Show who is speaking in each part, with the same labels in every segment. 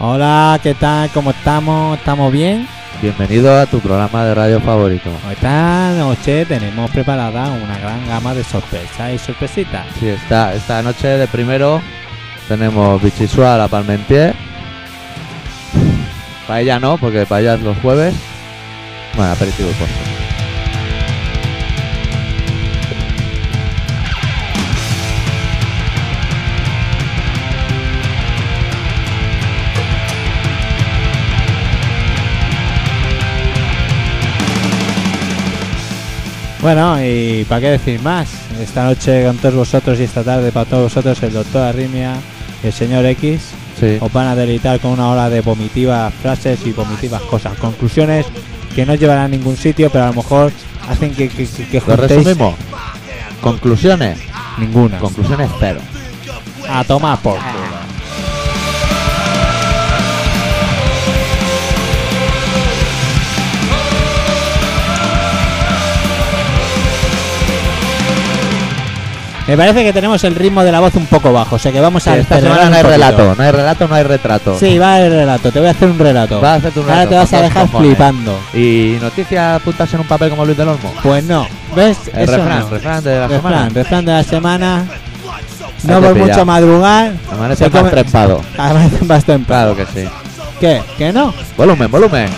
Speaker 1: Hola, ¿qué tal? ¿Cómo estamos? ¿Estamos bien?
Speaker 2: Bienvenido a tu programa de radio favorito.
Speaker 1: Esta noche tenemos preparada una gran gama de sorpresas y sorpresitas.
Speaker 2: Sí, esta, esta noche de primero tenemos bichisua a la Palmentier. Paella no, porque paella es los jueves. Bueno, aperitivo y postre.
Speaker 1: Bueno, y para qué decir más, esta noche con todos vosotros y esta tarde para todos vosotros el doctor Arrimia y el señor X
Speaker 2: Sí.
Speaker 1: os van a deleitar con una hora de vomitivas frases y vomitivas cosas, conclusiones que no llevarán a ningún sitio, pero a lo mejor hacen que, que, que- que
Speaker 2: Lo
Speaker 1: juntéis
Speaker 2: resumimos. Conclusiones.
Speaker 1: ninguna.
Speaker 2: Conclusiones cero.
Speaker 1: A tomar por
Speaker 2: Ah.
Speaker 1: culo. Me parece que tenemos el ritmo de la voz un poco bajo, o sea que vamos a
Speaker 2: esta
Speaker 1: acelerar
Speaker 2: semana no hay
Speaker 1: un poquito.
Speaker 2: relato, no hay relato, no hay retrato.
Speaker 1: Sí, va el relato, te voy a hacer un relato.
Speaker 2: Vas a hacerte un
Speaker 1: Ahora
Speaker 2: relato,
Speaker 1: te vas a
Speaker 2: con dos
Speaker 1: dejar
Speaker 2: cojones.
Speaker 1: flipando.
Speaker 2: Y noticias puntas en un papel como Luis del Olmo.
Speaker 1: Pues no, ¿ves?
Speaker 2: El
Speaker 1: Eso
Speaker 2: refrán,
Speaker 1: no.
Speaker 2: refrán de la
Speaker 1: refrán,
Speaker 2: semana.
Speaker 1: refrán de la semana. No
Speaker 2: Ahí te
Speaker 1: por
Speaker 2: he pillado.
Speaker 1: mucho madrugar.
Speaker 2: Amanece
Speaker 1: se
Speaker 2: más
Speaker 1: come-
Speaker 2: trepado.
Speaker 1: Amanece más temprano.
Speaker 2: Claro que sí.
Speaker 1: ¿Qué? ¿Que no?
Speaker 2: Volumen, volumen.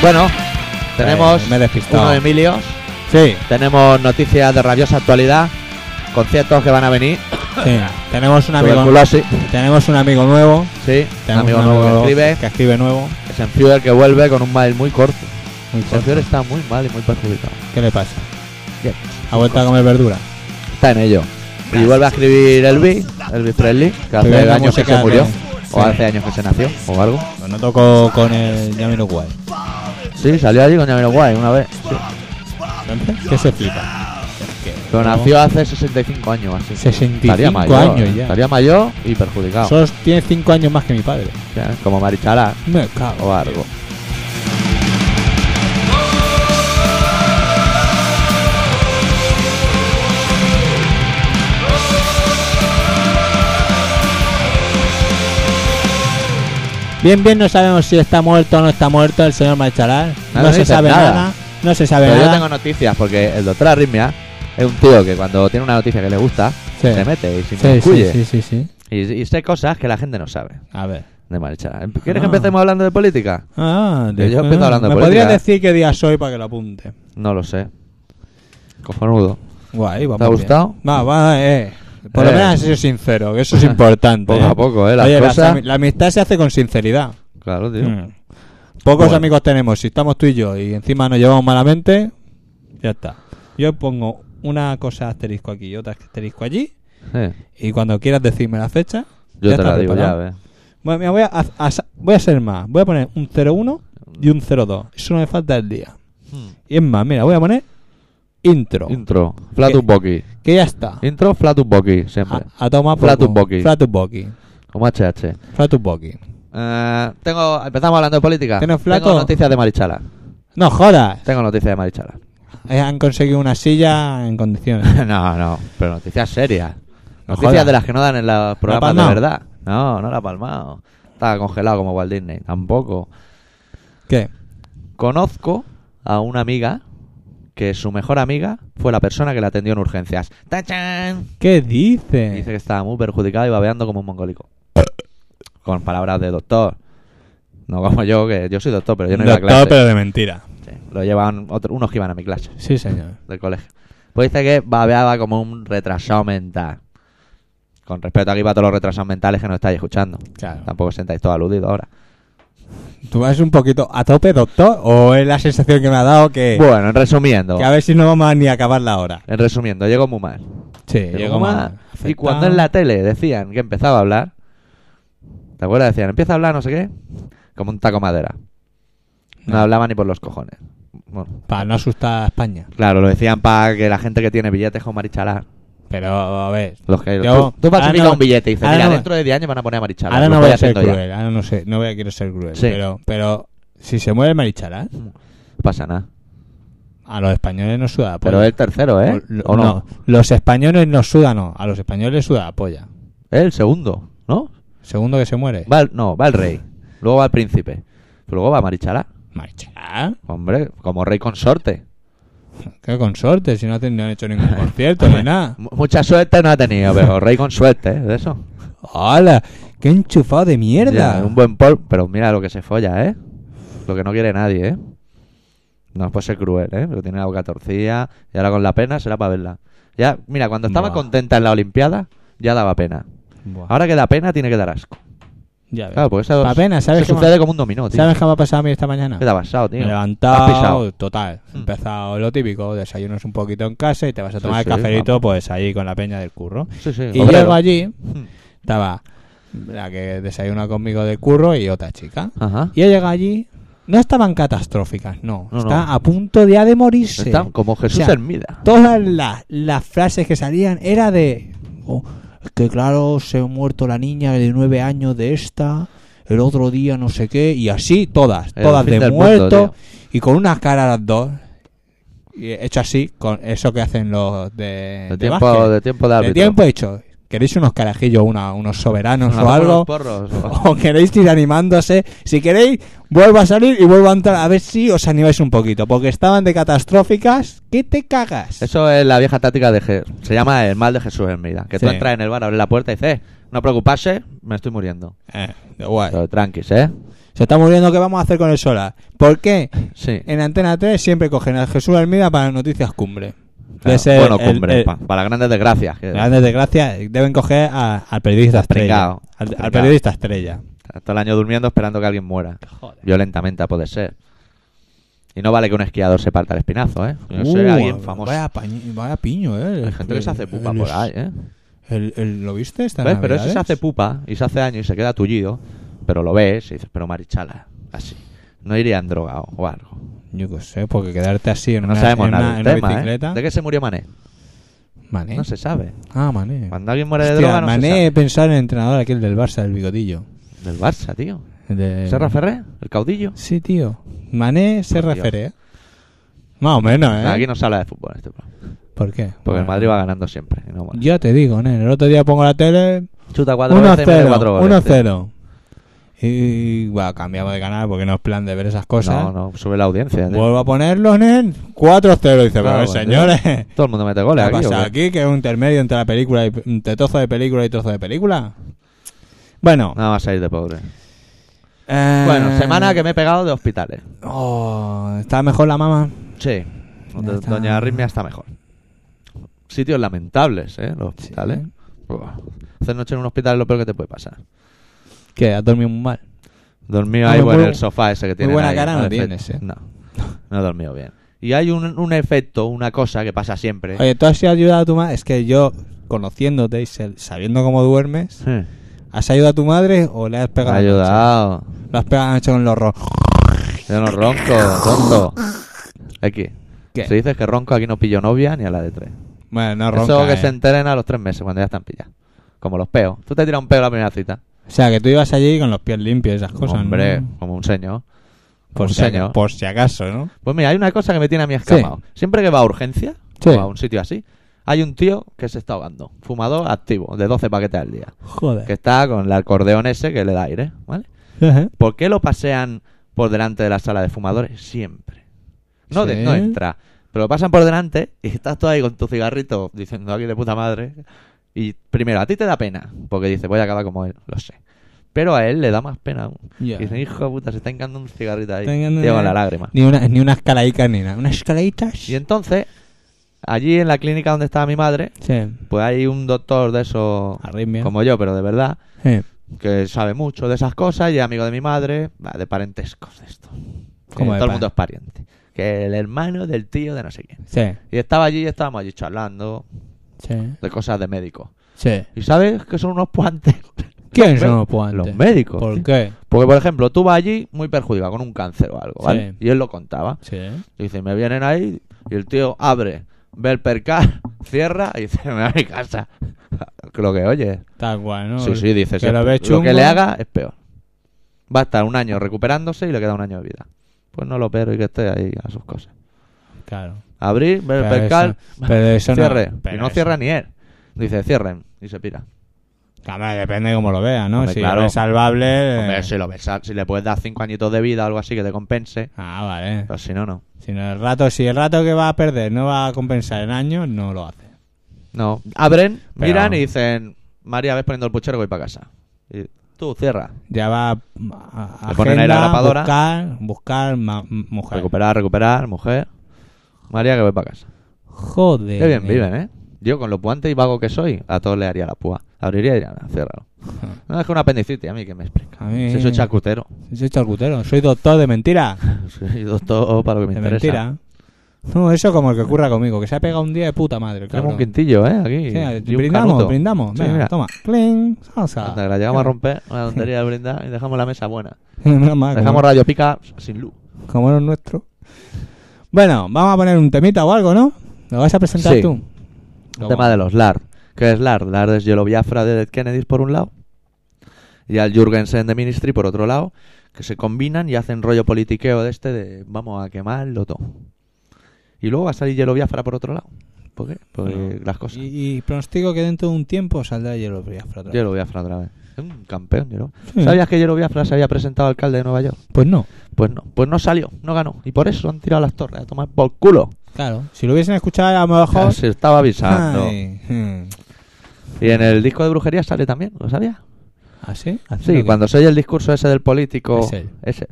Speaker 2: Bueno, tenemos
Speaker 1: Eh, me he despistado.
Speaker 2: uno de Emilio,
Speaker 1: Sí,
Speaker 2: tenemos noticias de rabiosa actualidad, conciertos que van a venir,
Speaker 1: sí. Tenemos un amigo,
Speaker 2: tuberculosis,
Speaker 1: tenemos un amigo nuevo.
Speaker 2: sí, un
Speaker 1: Tenemos
Speaker 2: amigo
Speaker 1: un
Speaker 2: nuevo que escribe,
Speaker 1: que escribe nuevo.
Speaker 2: es en Fuel que vuelve con un mail muy corto.
Speaker 1: Muy
Speaker 2: El
Speaker 1: corto.
Speaker 2: Fuel está muy mal y muy perjudicado.
Speaker 1: ¿Qué le pasa?
Speaker 2: Bien. Pues
Speaker 1: ¿Ha vuelto a comer verdura?
Speaker 2: Está en ello. Y vuelve a escribir Elvis, Elvis Presley, que hace
Speaker 1: Viviendo
Speaker 2: años que se
Speaker 1: música
Speaker 2: murió,
Speaker 1: de-
Speaker 2: o
Speaker 1: sí.
Speaker 2: hace años que se nació, o algo.
Speaker 1: No tocó con el Yamiroquai.
Speaker 2: Sí, salió allí con Jamiroquai una vez. sí.
Speaker 1: ¿Entonces? ¿Qué se flipa? Es que-
Speaker 2: Pero nació hace 65 años, así.
Speaker 1: 65
Speaker 2: Estaría mayor,
Speaker 1: años ya.
Speaker 2: Estaría mayor y perjudicado.
Speaker 1: Solo tiene 5 años más que mi padre.
Speaker 2: O sea, como Marichala
Speaker 1: Me cago.
Speaker 2: o algo.
Speaker 1: Bien, bien, no sabemos si está muerto o no está muerto el señor Machalar.
Speaker 2: Nada,
Speaker 1: no
Speaker 2: no
Speaker 1: se
Speaker 2: dice
Speaker 1: sabe nada.
Speaker 2: nada.
Speaker 1: No se sabe
Speaker 2: Pero yo
Speaker 1: nada.
Speaker 2: tengo noticias, porque el doctor Arritmia es un tío que cuando tiene una noticia que le gusta,
Speaker 1: Sí.
Speaker 2: se mete y se
Speaker 1: Sí, sí,
Speaker 2: inmiscuye.
Speaker 1: sí, sí, sí.
Speaker 2: Y, y sé cosas que la gente no sabe
Speaker 1: A ver.
Speaker 2: de Marichala.
Speaker 1: Ah.
Speaker 2: ¿Quieres que empecemos hablando de política?
Speaker 1: Ah,
Speaker 2: Yo
Speaker 1: de-
Speaker 2: empiezo hablando de
Speaker 1: ¿Me podrías
Speaker 2: política.
Speaker 1: decir qué día soy para que lo apunte?
Speaker 2: No lo sé. Cojonudo.
Speaker 1: Guay, vamos
Speaker 2: ¿Te ha
Speaker 1: bien.
Speaker 2: gustado?
Speaker 1: Va, va, eh. Por lo
Speaker 2: Eh.
Speaker 1: menos has sido sincero, que eso es importante.
Speaker 2: Poco a poco, eh, las
Speaker 1: Oye,
Speaker 2: cosas-
Speaker 1: ami- la amistad se hace con sinceridad.
Speaker 2: Claro, tío.
Speaker 1: Mm. Pocos
Speaker 2: Bueno.
Speaker 1: amigos tenemos. Si estamos tú y yo y encima nos llevamos malamente, ya está. Yo pongo una cosa asterisco aquí y otra asterisco allí.
Speaker 2: Eh,
Speaker 1: Y cuando quieras decirme la fecha,
Speaker 2: Yo
Speaker 1: ya
Speaker 2: te
Speaker 1: está
Speaker 2: la digo ya,
Speaker 1: preparado.
Speaker 2: ves.
Speaker 1: Bueno, mira, voy a, a- a- voy a hacer más. Voy a poner un 01 y un 02. Eso no me falta el día.
Speaker 2: Hmm.
Speaker 1: Y es más, mira, voy a poner intro.
Speaker 2: Intro, Flatus Boki.
Speaker 1: Que ya está.
Speaker 2: Intro, Flatus Boki, siempre.
Speaker 1: A, a tomar por
Speaker 2: Flatus
Speaker 1: culo.
Speaker 2: Boki.
Speaker 1: Flatus Boki.
Speaker 2: Como HH.
Speaker 1: Flatus Boki.
Speaker 2: Eh, tengo, empezamos hablando de política.
Speaker 1: ¿Tienes flato?
Speaker 2: Tengo noticias de Marichala.
Speaker 1: No jodas.
Speaker 2: Tengo noticias de Marichala.
Speaker 1: Eh, Han conseguido una silla en condiciones.
Speaker 2: no, no, pero noticias serias.
Speaker 1: Eh. No
Speaker 2: Noticias
Speaker 1: jodas.
Speaker 2: de las que no dan en los programas de
Speaker 1: palmao?
Speaker 2: verdad. No, no la ha palmado. Estaba congelado como Walt Disney. Tampoco.
Speaker 1: ¿Qué?
Speaker 2: Conozco a una amiga que su mejor amiga fue la persona que la atendió en urgencias. ¡Tachán!
Speaker 1: ¿Qué dice?
Speaker 2: Dice que estaba muy perjudicado y babeando como un mongólico. Con palabras de doctor. No como yo, que yo soy doctor, pero yo no iba a clase.
Speaker 1: pero de mentira.
Speaker 2: Sí, lo llevaban otro- unos que iban a mi clase
Speaker 1: Sí, señor.
Speaker 2: del colegio. Pues dice que babeaba como un retrasado mental. Con respeto aquí para todos los retrasados mentales que nos estáis escuchando.
Speaker 1: Claro.
Speaker 2: Tampoco os sentáis todos aludidos ahora.
Speaker 1: ¿Tú vas un poquito a tope, doctor? ¿O es la sensación que me ha dado que,
Speaker 2: Bueno, en resumiendo.
Speaker 1: Eh. que a ver si no vamos a ni a acabar la hora?
Speaker 2: En resumiendo, llegó muy mal.
Speaker 1: Sí,
Speaker 2: Llegó
Speaker 1: llegó
Speaker 2: mal.
Speaker 1: mal.
Speaker 2: Y cuando en la tele decían que empezaba a hablar, ¿te acuerdas? Decían, empieza a hablar, no sé qué, como un taco madera. No,
Speaker 1: No.
Speaker 2: hablaba ni por los cojones. Bueno,
Speaker 1: Para no asustar a España.
Speaker 2: claro, lo decían para que la gente que tiene billetes con Marichalá.
Speaker 1: Pero, a ver.
Speaker 2: Los que,
Speaker 1: Yo-
Speaker 2: tú tú
Speaker 1: ahora
Speaker 2: falsificas
Speaker 1: no-
Speaker 2: un billete y dices,
Speaker 1: ahora
Speaker 2: mira,
Speaker 1: no-
Speaker 2: dentro de 10 años van pues a poner a Marichalá.
Speaker 1: ahora
Speaker 2: lo
Speaker 1: no
Speaker 2: estoy
Speaker 1: voy a ser
Speaker 2: haciendo ya.
Speaker 1: cruel. Ahora no sé. No voy a quiero ser cruel.
Speaker 2: Sí.
Speaker 1: Pero, pero Si se mueve Marichalar,
Speaker 2: No pasa nada.
Speaker 1: a los españoles nos suda la polla.
Speaker 2: Pero es el tercero, ¿eh?
Speaker 1: Lo-
Speaker 2: ¿O no?
Speaker 1: Pues, no, los españoles nos suda, no. A los españoles suda la polla.
Speaker 2: Es el segundo, ¿no?
Speaker 1: Segundo que se muere.
Speaker 2: Va el- no, va el rey. Luego va el príncipe. Pero luego va Marichalá.
Speaker 1: Marichalar.
Speaker 2: Hombre, como rey consorte.
Speaker 1: Qué consorte, si no, hacen- no han hecho ningún concierto ni nada.
Speaker 2: M- mucha suerte no ha tenido, pero rey con suerte, ¿eh? De eso.
Speaker 1: ¡Hala! ¡Qué enchufado de mierda!
Speaker 2: Ya, un buen pol, pero mira lo que se folla, ¿eh? Lo que no quiere nadie, ¿eh? No puede ser cruel, ¿eh? Pero tiene la boca torcida y ahora con la pena será para verla. Ya, mira, cuando estaba
Speaker 1: Buah.
Speaker 2: contenta en la Olimpiada, ya daba pena.
Speaker 1: Buah,
Speaker 2: Ahora que da pena, tiene que dar asco.
Speaker 1: ya ves.
Speaker 2: Ah, Claro, porque eso,
Speaker 1: Apenas, ¿sabes
Speaker 2: eso
Speaker 1: qué me-
Speaker 2: sucede como un dominó, tío.
Speaker 1: ¿Sabes qué me ha pasado a mí esta mañana?
Speaker 2: ¿Qué te ha pasado, tío?
Speaker 1: Me he
Speaker 2: Has pisado.
Speaker 1: levantado, total.
Speaker 2: Hmm.
Speaker 1: He empezado lo típico, desayunas un poquito en casa y te vas a
Speaker 2: Sí,
Speaker 1: tomar
Speaker 2: sí,
Speaker 1: el cafelito, pues ahí con la peña del curro.
Speaker 2: Sí, sí,
Speaker 1: Y
Speaker 2: obrero.
Speaker 1: llego allí,
Speaker 2: Hmm.
Speaker 1: estaba la que desayuna conmigo del curro y otra chica.
Speaker 2: Ajá.
Speaker 1: Y he llegado allí, no estaban catastróficas, no.
Speaker 2: No,
Speaker 1: está
Speaker 2: no.
Speaker 1: a punto ya de morirse.
Speaker 2: Están como Jesús
Speaker 1: O sea,
Speaker 2: en vida.
Speaker 1: Todas las, las frases que salían era de... "Oh, es que claro, se ha muerto la niña de nueve años de esta, el otro día no sé qué, y así todas,
Speaker 2: El
Speaker 1: todas
Speaker 2: fin
Speaker 1: de
Speaker 2: del mundo,
Speaker 1: muerto
Speaker 2: tío.
Speaker 1: y con unas caras las dos. Y hecho así, con eso que hacen los de...
Speaker 2: De
Speaker 1: eh, de
Speaker 2: tiempo,
Speaker 1: básquet.
Speaker 2: de tiempo de
Speaker 1: De
Speaker 2: árbitro.
Speaker 1: tiempo hecho. ¿Queréis unos carajillos, una, unos soberanos
Speaker 2: Nos
Speaker 1: o
Speaker 2: hacemos
Speaker 1: algo?
Speaker 2: unos porros, o-
Speaker 1: o queréis ir animándose. Si queréis, vuelvo a salir y vuelvo a entrar. A ver si os animáis un poquito. Porque estaban de catastróficas. ¿Qué te cagas?
Speaker 2: Eso es la vieja táctica de Je- Se llama el mal de Jesús en vida. Que tú
Speaker 1: Sí.
Speaker 2: entras en el bar, abres la puerta y dices, eh, no preocuparse, me estoy muriendo.
Speaker 1: Eh, da igual.
Speaker 2: Pero tranquis, ¿eh?
Speaker 1: Se está muriendo. ¿Qué vamos a hacer con el solar? ¿Por qué?
Speaker 2: Sí.
Speaker 1: En Antena 3 siempre cogen a Jesús Almida para noticias cumbre.
Speaker 2: Claro.
Speaker 1: Ese es
Speaker 2: Bueno,
Speaker 1: el-
Speaker 2: cumbre,
Speaker 1: el-
Speaker 2: pa- para grandes desgracias. que-
Speaker 1: Grandes desgracias. Deben coger a- al periodista estrella.
Speaker 2: Pringao.
Speaker 1: Al, al
Speaker 2: Pringao.
Speaker 1: periodista estrella.
Speaker 2: Todo el año durmiendo esperando que alguien muera. Violentamente, a poder ser. Y no vale que un esquiador se parta el espinazo, ¿eh? Yo sé,
Speaker 1: Uh,
Speaker 2: alguien famoso.
Speaker 1: Vaya, pañi- vaya piño, eh.
Speaker 2: Hay gente que se hace
Speaker 1: El-
Speaker 2: pupa
Speaker 1: el-
Speaker 2: por ahí, ¿eh?
Speaker 1: el- el- ¿Lo viste esta
Speaker 2: ¿Ves? Pero ese se
Speaker 1: Navidades?
Speaker 2: hace pupa y se hace daño y se queda tullido, pero lo ves y dices, pero marichala, así. No irían drogado o algo.
Speaker 1: Yo qué sé, porque quedarte así en
Speaker 2: No
Speaker 1: una,
Speaker 2: sabemos
Speaker 1: en
Speaker 2: nada
Speaker 1: una-
Speaker 2: del
Speaker 1: en una
Speaker 2: tema, ¿eh?
Speaker 1: bicicleta.
Speaker 2: ¿De qué se murió Mané?
Speaker 1: Mané.
Speaker 2: No se sabe.
Speaker 1: Ah, Mané.
Speaker 2: Cuando alguien muere de
Speaker 1: Hostia,
Speaker 2: droga no
Speaker 1: Mané,
Speaker 2: se
Speaker 1: pensar en el entrenador aquel del Barça, del bigotillo.
Speaker 2: sabe. Del Barça, tío.
Speaker 1: El de-
Speaker 2: ¿Serra Ferré? ¿El caudillo?
Speaker 1: Sí, tío. Mané se
Speaker 2: Por Dios.
Speaker 1: refiere. Más o menos, ¿eh?
Speaker 2: Nah, Aquí no se habla de fútbol este programa.
Speaker 1: ¿Por qué?
Speaker 2: Porque el
Speaker 1: Bueno,
Speaker 2: Madrid va ganando siempre. y no mola.
Speaker 1: Ya te digo, nen. El otro día pongo la tele.
Speaker 2: Chuta cuatro veces y mete
Speaker 1: 1-0.
Speaker 2: cuatro goles, tío.
Speaker 1: 1-0. Y bueno, cambiamos de canal porque no es plan de ver esas cosas.
Speaker 2: No, no, sube la audiencia. tío.
Speaker 1: Vuelvo a ponerlo, nen. 4-0. Dice,
Speaker 2: Claro,
Speaker 1: pero
Speaker 2: bueno,
Speaker 1: señores.
Speaker 2: Todo el mundo mete
Speaker 1: ¿Qué
Speaker 2: goles
Speaker 1: ha
Speaker 2: aquí. ¿o
Speaker 1: pasado
Speaker 2: qué?
Speaker 1: aquí? ¿Que es un intermedio entre la película y, entre trozo de película y trozo de película? Bueno.
Speaker 2: Nada más salir de pobre.
Speaker 1: eh,
Speaker 2: Bueno, semana que me he pegado de hospitales.
Speaker 1: Oh, ¿Está mejor la mamá?
Speaker 2: Sí.
Speaker 1: Ya
Speaker 2: Do-
Speaker 1: está.
Speaker 2: Doña Arritmia está mejor. Sitios lamentables, ¿eh? Los
Speaker 1: Sí.
Speaker 2: hospitales. Buah. Hacer noche en un hospital es lo peor que te puede pasar.
Speaker 1: ¿Qué? ¿Has dormido muy mal?
Speaker 2: Dormido
Speaker 1: Ah,
Speaker 2: ahí
Speaker 1: muy
Speaker 2: en
Speaker 1: bu-
Speaker 2: el sofá ese que tiene.
Speaker 1: buena cara no tienes, ¿eh?
Speaker 2: No, no he dormido bien. Y hay un, un efecto, una cosa que pasa siempre.
Speaker 1: Oye, ¿tú has ayudado a tu madre? Es que yo, conociéndote y se- sabiendo cómo duermes,
Speaker 2: Sí.
Speaker 1: ¿has ayudado a tu madre o le has
Speaker 2: Me
Speaker 1: pegado
Speaker 2: ha
Speaker 1: la noche?
Speaker 2: ayudado.
Speaker 1: Lo has pegado la noche con los rojos.
Speaker 2: Yo no ronco, tonto. Aquí.
Speaker 1: ¿Qué?
Speaker 2: Se dice que ronco aquí no pillo novia ni a la de tres.
Speaker 1: Bueno, no
Speaker 2: Eso
Speaker 1: ronca,
Speaker 2: que
Speaker 1: eh.
Speaker 2: se enteren a los tres meses cuando ya están pillados. Como los peos. Tú te tiras un peo a la primera cita.
Speaker 1: O sea, que tú ibas allí con los pies limpios y esas cosas,
Speaker 2: Hombre,
Speaker 1: ¿no?
Speaker 2: como un señor.
Speaker 1: Por
Speaker 2: un
Speaker 1: si, aca-
Speaker 2: señor.
Speaker 1: por si acaso, ¿no?
Speaker 2: Pues mira, hay una cosa que me tiene a mí escamado. Siempre que va a urgencia
Speaker 1: Sí.
Speaker 2: o a un sitio así, hay un tío que se está ahogando. Fumador activo, de 12 paquetes al día. Que
Speaker 1: Joder.
Speaker 2: está con el acordeón ese que le da aire, ¿vale? ¿Por qué lo pasean por delante de la sala de fumadores? Siempre. No, de-
Speaker 1: Sí.
Speaker 2: no entra. Pero lo pasan por delante y estás tú ahí con tu cigarrito diciendo aquí de puta madre. Y primero, a ti te da pena, porque dices, voy a acabar como él, lo sé. Pero a él le da más pena aún.
Speaker 1: Ya.
Speaker 2: Y dice, hijo de puta, se está hincando un cigarrito ahí.
Speaker 1: Está hincando
Speaker 2: Lleva
Speaker 1: un-
Speaker 2: la lágrima.
Speaker 1: Ni, una, ni unas calaitas ni nada. ¿Unas calaitas?
Speaker 2: Y entonces, allí en la clínica donde estaba mi madre,
Speaker 1: Sí.
Speaker 2: pues hay un doctor de esos,
Speaker 1: Arritmia.
Speaker 2: como yo, pero de verdad,
Speaker 1: Sí.
Speaker 2: que sabe mucho de esas cosas y es amigo de mi madre, va, de parentescos de esto.
Speaker 1: ¿Cómo
Speaker 2: Como
Speaker 1: de
Speaker 2: todo el
Speaker 1: pa-
Speaker 2: mundo es pariente. Que el hermano del tío de no sé quién.
Speaker 1: Sí.
Speaker 2: Y estaba allí y estábamos allí charlando
Speaker 1: Sí.
Speaker 2: de cosas de médicos.
Speaker 1: Sí.
Speaker 2: ¿Y sabes que son unos puantes?
Speaker 1: ¿Quién
Speaker 2: Los
Speaker 1: son los
Speaker 2: me-
Speaker 1: puantes?
Speaker 2: Los médicos.
Speaker 1: ¿Por
Speaker 2: tío.
Speaker 1: qué?
Speaker 2: Porque, por ejemplo, tú vas allí muy perjudicado con un cáncer o algo, ¿vale?
Speaker 1: Sí.
Speaker 2: Y él lo contaba.
Speaker 1: Sí.
Speaker 2: Dice, me vienen ahí y el tío abre, ve el percal, cierra y dice, me voy a mi casa. Lo que oye.
Speaker 1: Tal cual, ¿no?
Speaker 2: sí, sí, dice.
Speaker 1: que
Speaker 2: "sí,
Speaker 1: lo ve
Speaker 2: que
Speaker 1: chungo".
Speaker 2: le haga es peor. Va a estar un año recuperándose y le queda un año de vida. pues no lo pero y que esté ahí a sus cosas.
Speaker 1: Claro.
Speaker 2: Abrir, ver el
Speaker 1: Pero
Speaker 2: percal,
Speaker 1: eso- pero eso no-
Speaker 2: cierre.
Speaker 1: pero
Speaker 2: y no
Speaker 1: eso-
Speaker 2: cierra ni él. Dice, cierren. Y se pira.
Speaker 1: Claro, depende de cómo lo vea, ¿no?
Speaker 2: Hombre,
Speaker 1: si
Speaker 2: claro.
Speaker 1: es salvable.
Speaker 2: Hombre,
Speaker 1: eh,
Speaker 2: si, lo ves, si le puedes dar cinco añitos de vida o algo así que te compense.
Speaker 1: Ah, vale.
Speaker 2: Pero si no, no.
Speaker 1: Si no, el rato, si el rato que va a perder no va a compensar en años, no lo hace.
Speaker 2: No. Abren,
Speaker 1: Pero-
Speaker 2: miran y dicen, María, ves poniendo el puchero, voy para casa. Y tú, cierra.
Speaker 1: Ya va a, a
Speaker 2: Le ponen ahí la
Speaker 1: agenda,
Speaker 2: grapadora.
Speaker 1: buscar, buscar ma- m- mujer.
Speaker 2: Recuperar, recuperar, mujer. María, que voy para casa.
Speaker 1: Joder.
Speaker 2: Qué bien
Speaker 1: eh.
Speaker 2: viven, ¿eh? Yo, con lo puante y vago que soy, a todos le haría la púa. Abriría y diría, "Nah, ciérralo. No, es que una apendicitis, a mí que me explica.
Speaker 1: A mí-
Speaker 2: Si soy chacutero.
Speaker 1: Soy charcutero, soy doctor de mentira.
Speaker 2: Soy doctor para lo que me
Speaker 1: de
Speaker 2: interesa.
Speaker 1: mentira. No, eso como el que ocurra conmigo, que se ha pegado un día de puta madre, el cabrón.
Speaker 2: Tenemos un quintillo, ¿eh? Aquí.
Speaker 1: Sí,
Speaker 2: Y un
Speaker 1: brindamos,
Speaker 2: canuto.
Speaker 1: brindamos.
Speaker 2: Sí,
Speaker 1: Venga,
Speaker 2: mira.
Speaker 1: toma. Cling, salsa.
Speaker 2: Anda, que la llegamos a romper, una tontería de brindar y dejamos la mesa buena.
Speaker 1: Menos mal,
Speaker 2: Dejamos radio pica sin luz.
Speaker 1: como, como los nuestros. Bueno, vamos a poner un temita o algo, ¿no? ¿Lo vas a presentar
Speaker 2: Sí.
Speaker 1: tú?
Speaker 2: El tema de los LAR. ¿Qué es LAR? LAR es Yellow Biafra de Dead Kennedys por un lado y al Jurgensen de Ministry por otro lado, que se combinan y hacen rollo politiqueo de este de vamos a quemarlo todo. Y luego va a salir Yellow Biafra por otro lado. ¿Por qué? Porque
Speaker 1: No.
Speaker 2: las cosas.
Speaker 1: Y, y pronostico que dentro de un tiempo saldrá Hielo Biafra otra vez.
Speaker 2: Yellow Biafra otra vez. Es Un campeón, Yellow.
Speaker 1: Sí.
Speaker 2: ¿Sabías que Yellow Biafra se había presentado alcalde de Nueva York?
Speaker 1: Pues no,
Speaker 2: Pues no, pues no salió, no ganó. Y por eso han tirado las torres a tomar por culo.
Speaker 1: claro. Si lo hubiesen escuchado a lo mejor...
Speaker 2: Se estaba avisando.
Speaker 1: Ay, hmm.
Speaker 2: Y en el disco de brujería sale también, ¿lo sabías?
Speaker 1: ¿Ah, sí?
Speaker 2: Sí,
Speaker 1: Haciendo
Speaker 2: cuando se oye el discurso ese del político.
Speaker 1: Es él.
Speaker 2: Es él.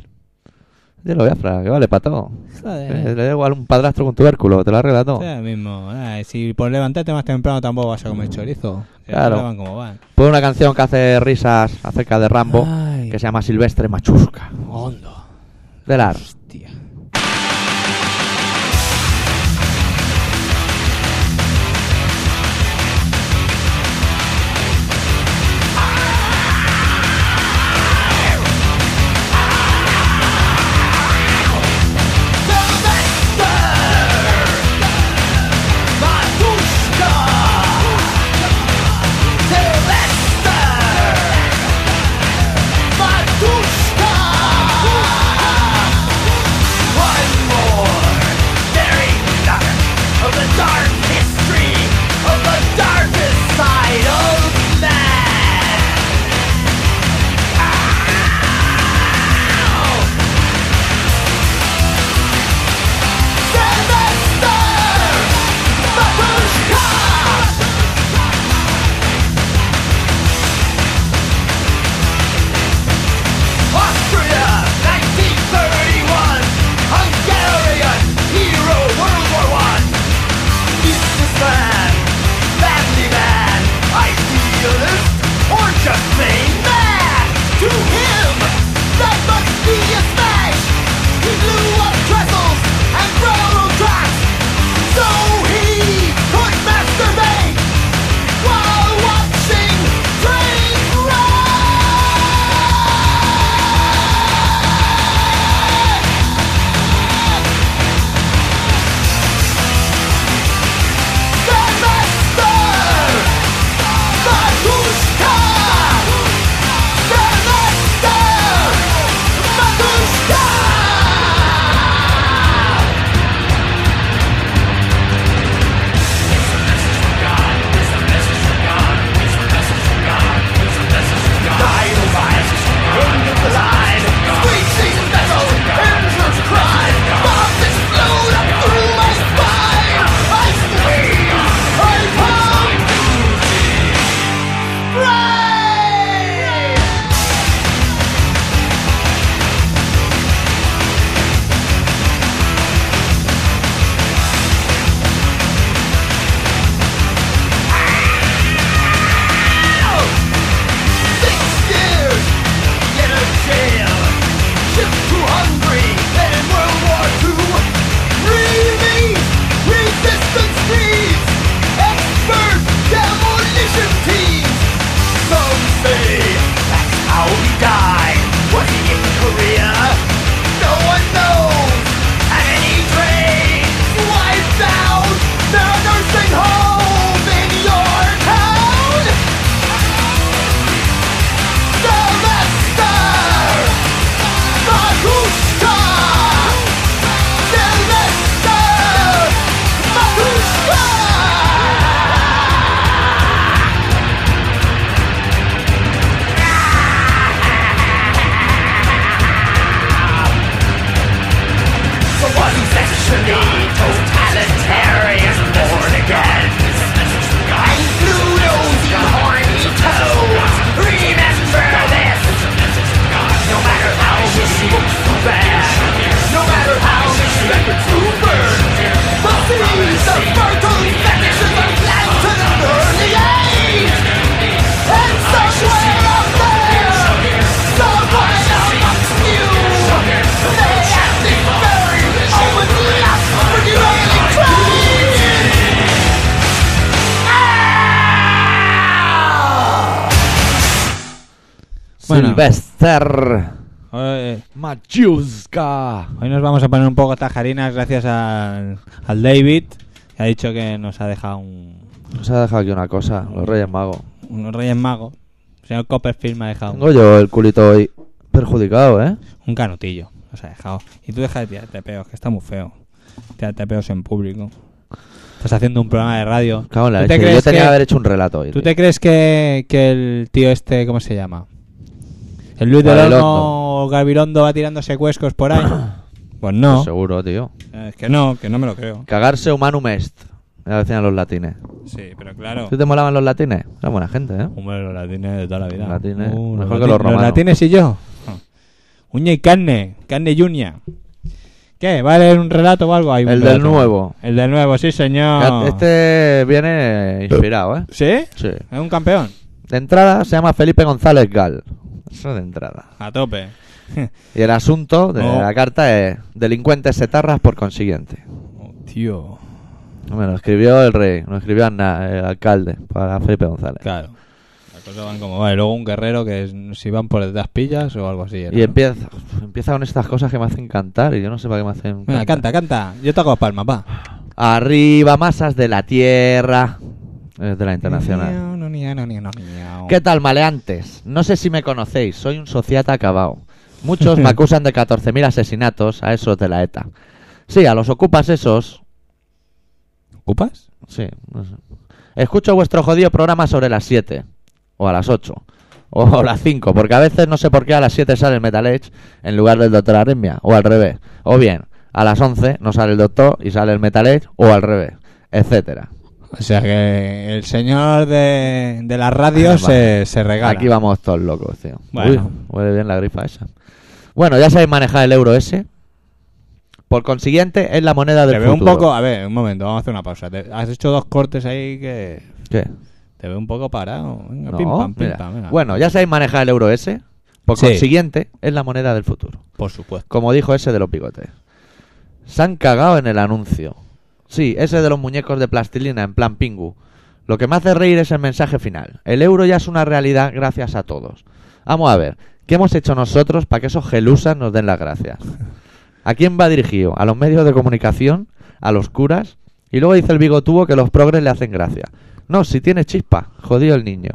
Speaker 2: Yo lo voy a fragar, que vale para todo.
Speaker 1: que-
Speaker 2: Eh,
Speaker 1: Joder.
Speaker 2: Le da igual un padrastro con tubérculo, te lo arregla todo.
Speaker 1: Sí, ahora mismo. Ay, si por levantarte más temprano tampoco vas a comer chorizo. Si
Speaker 2: Mm. Claro.
Speaker 1: ahora Van como van.
Speaker 2: Pon una canción que hace risas acerca de Rambo,
Speaker 1: Ay.
Speaker 2: que se llama Silvestre Machusca.
Speaker 1: Hondo.
Speaker 2: Del ar.
Speaker 1: Hostia.
Speaker 3: Matuszka!
Speaker 1: Bueno.
Speaker 2: Sylvester
Speaker 1: Eh,
Speaker 2: Machuska.
Speaker 1: Hoy nos vamos a poner un poco tajarinas gracias al, al David. Que ha dicho que nos ha dejado un,
Speaker 2: Nos ha dejado aquí una cosa, los Reyes Magos.
Speaker 1: unos Reyes Magos. El señor Copperfield me ha dejado un,
Speaker 2: Tengo yo el culito hoy perjudicado, ¿eh?
Speaker 1: un canutillo. Nos ha dejado. Y tú deja de tirarte peos, que está muy feo. Tirarte peos en público. Estás haciendo un programa de radio.
Speaker 2: Cago en la
Speaker 1: ¿Tú te
Speaker 2: leche, Yo
Speaker 1: crees
Speaker 2: tenía que
Speaker 1: que-
Speaker 2: haber hecho un relato hoy.
Speaker 1: ¿Tú
Speaker 2: tío.
Speaker 1: te crees que, que el tío este, ¿cómo se llama? El Luis del
Speaker 2: Gabilondo.
Speaker 1: Horno Gabilondo va tirando secuescos por ahí. Pues no.
Speaker 2: Seguro, tío.
Speaker 1: Eh, Es que no, que no me lo creo.
Speaker 2: Cagarse humanum est. Ya decían los latines.
Speaker 1: Sí, pero claro.
Speaker 2: ¿Tú te molaban los latines? Eran buena gente, ¿eh?
Speaker 1: Hombre, los latines de toda la vida.
Speaker 2: Los latines,
Speaker 1: Uh,
Speaker 2: mejor que
Speaker 1: lati-
Speaker 2: los romanos. Ah.
Speaker 1: latines y yo. Uña y carne. Carne junia. ¿Qué? ¿Va a leer un relato o algo? Hay un
Speaker 2: El del
Speaker 1: relato.
Speaker 2: nuevo.
Speaker 1: El del nuevo, sí, señor.
Speaker 2: Este viene inspirado, ¿eh?
Speaker 1: ¿Sí?
Speaker 2: Sí.
Speaker 1: Es un campeón.
Speaker 2: De entrada se llama Felipe González Gal. Eso de entrada.
Speaker 1: A tope.
Speaker 2: Y el asunto de
Speaker 1: No.
Speaker 2: la carta es delincuentes setarras por consiguiente.
Speaker 1: Oh, tío.
Speaker 2: Me lo escribió el rey, me lo escribió Aznar, el alcalde, para Felipe González.
Speaker 1: Claro. Las cosas van como vale. Luego un guerrero que es- si van por detrás pillas o algo así. era,
Speaker 2: Y
Speaker 1: ¿no?
Speaker 2: empieza, empieza con estas cosas que me hacen cantar y yo no sé para qué me hacen
Speaker 1: Venga, canta, canta. Yo te hago las palmas, va.
Speaker 2: Arriba, masas de la tierra. Es de la internacional.
Speaker 1: Miau, no, miau, no, miau, no, miau.
Speaker 2: ¿Qué tal, maleantes? No sé si me conocéis, soy un sociata acabado. Muchos me acusan de 14.000 asesinatos a esos de la ETA. Sí, a los ocupas esos.
Speaker 1: ¿Ocupas?
Speaker 2: Sí, no sé. Escucho vuestro jodido programa sobre las 7. O a las 8. O a las 5. Porque a veces no sé por qué a las 7 sale el Metal Edge en lugar del Doctor Arritmia. O al revés. O bien, a las 11 no sale el Doctor y sale el Metal Edge. O al revés. Etcétera.
Speaker 1: O sea que el señor de, de la radio
Speaker 2: Ah,
Speaker 1: se, se regala.
Speaker 2: Aquí vamos todos locos, tío.
Speaker 1: Bueno.
Speaker 2: Uy, huele bien la gripa esa. Bueno, ya sabéis manejar el euro ese. Por consiguiente, es la moneda del
Speaker 1: Te veo un
Speaker 2: futuro.
Speaker 1: poco. A ver, un momento, vamos a hacer una pausa. Te- has hecho dos cortes ahí que.
Speaker 2: ¿Qué?
Speaker 1: Te veo un poco parado. Venga,
Speaker 2: No,
Speaker 1: pim, pam, pim,
Speaker 2: mira.
Speaker 1: pam, venga.
Speaker 2: Bueno, ya sabéis manejar el euro ese. Por
Speaker 1: Sí.
Speaker 2: consiguiente, es la moneda del futuro.
Speaker 1: Por supuesto.
Speaker 2: Como dijo ese de los bigotes. Se han cagado en el anuncio. Sí, ese de los muñecos de plastilina en plan pingu. Lo que me hace reír es el mensaje final. El euro ya es una realidad gracias a todos. Vamos a ver, ¿qué hemos hecho nosotros para que esos gelusas nos den las gracias? ¿A quién va dirigido? ¿A los medios de comunicación? ¿A los curas? Y luego dice el bigotúo que los progres le hacen gracia. No, si tiene chispa, jodido el niño.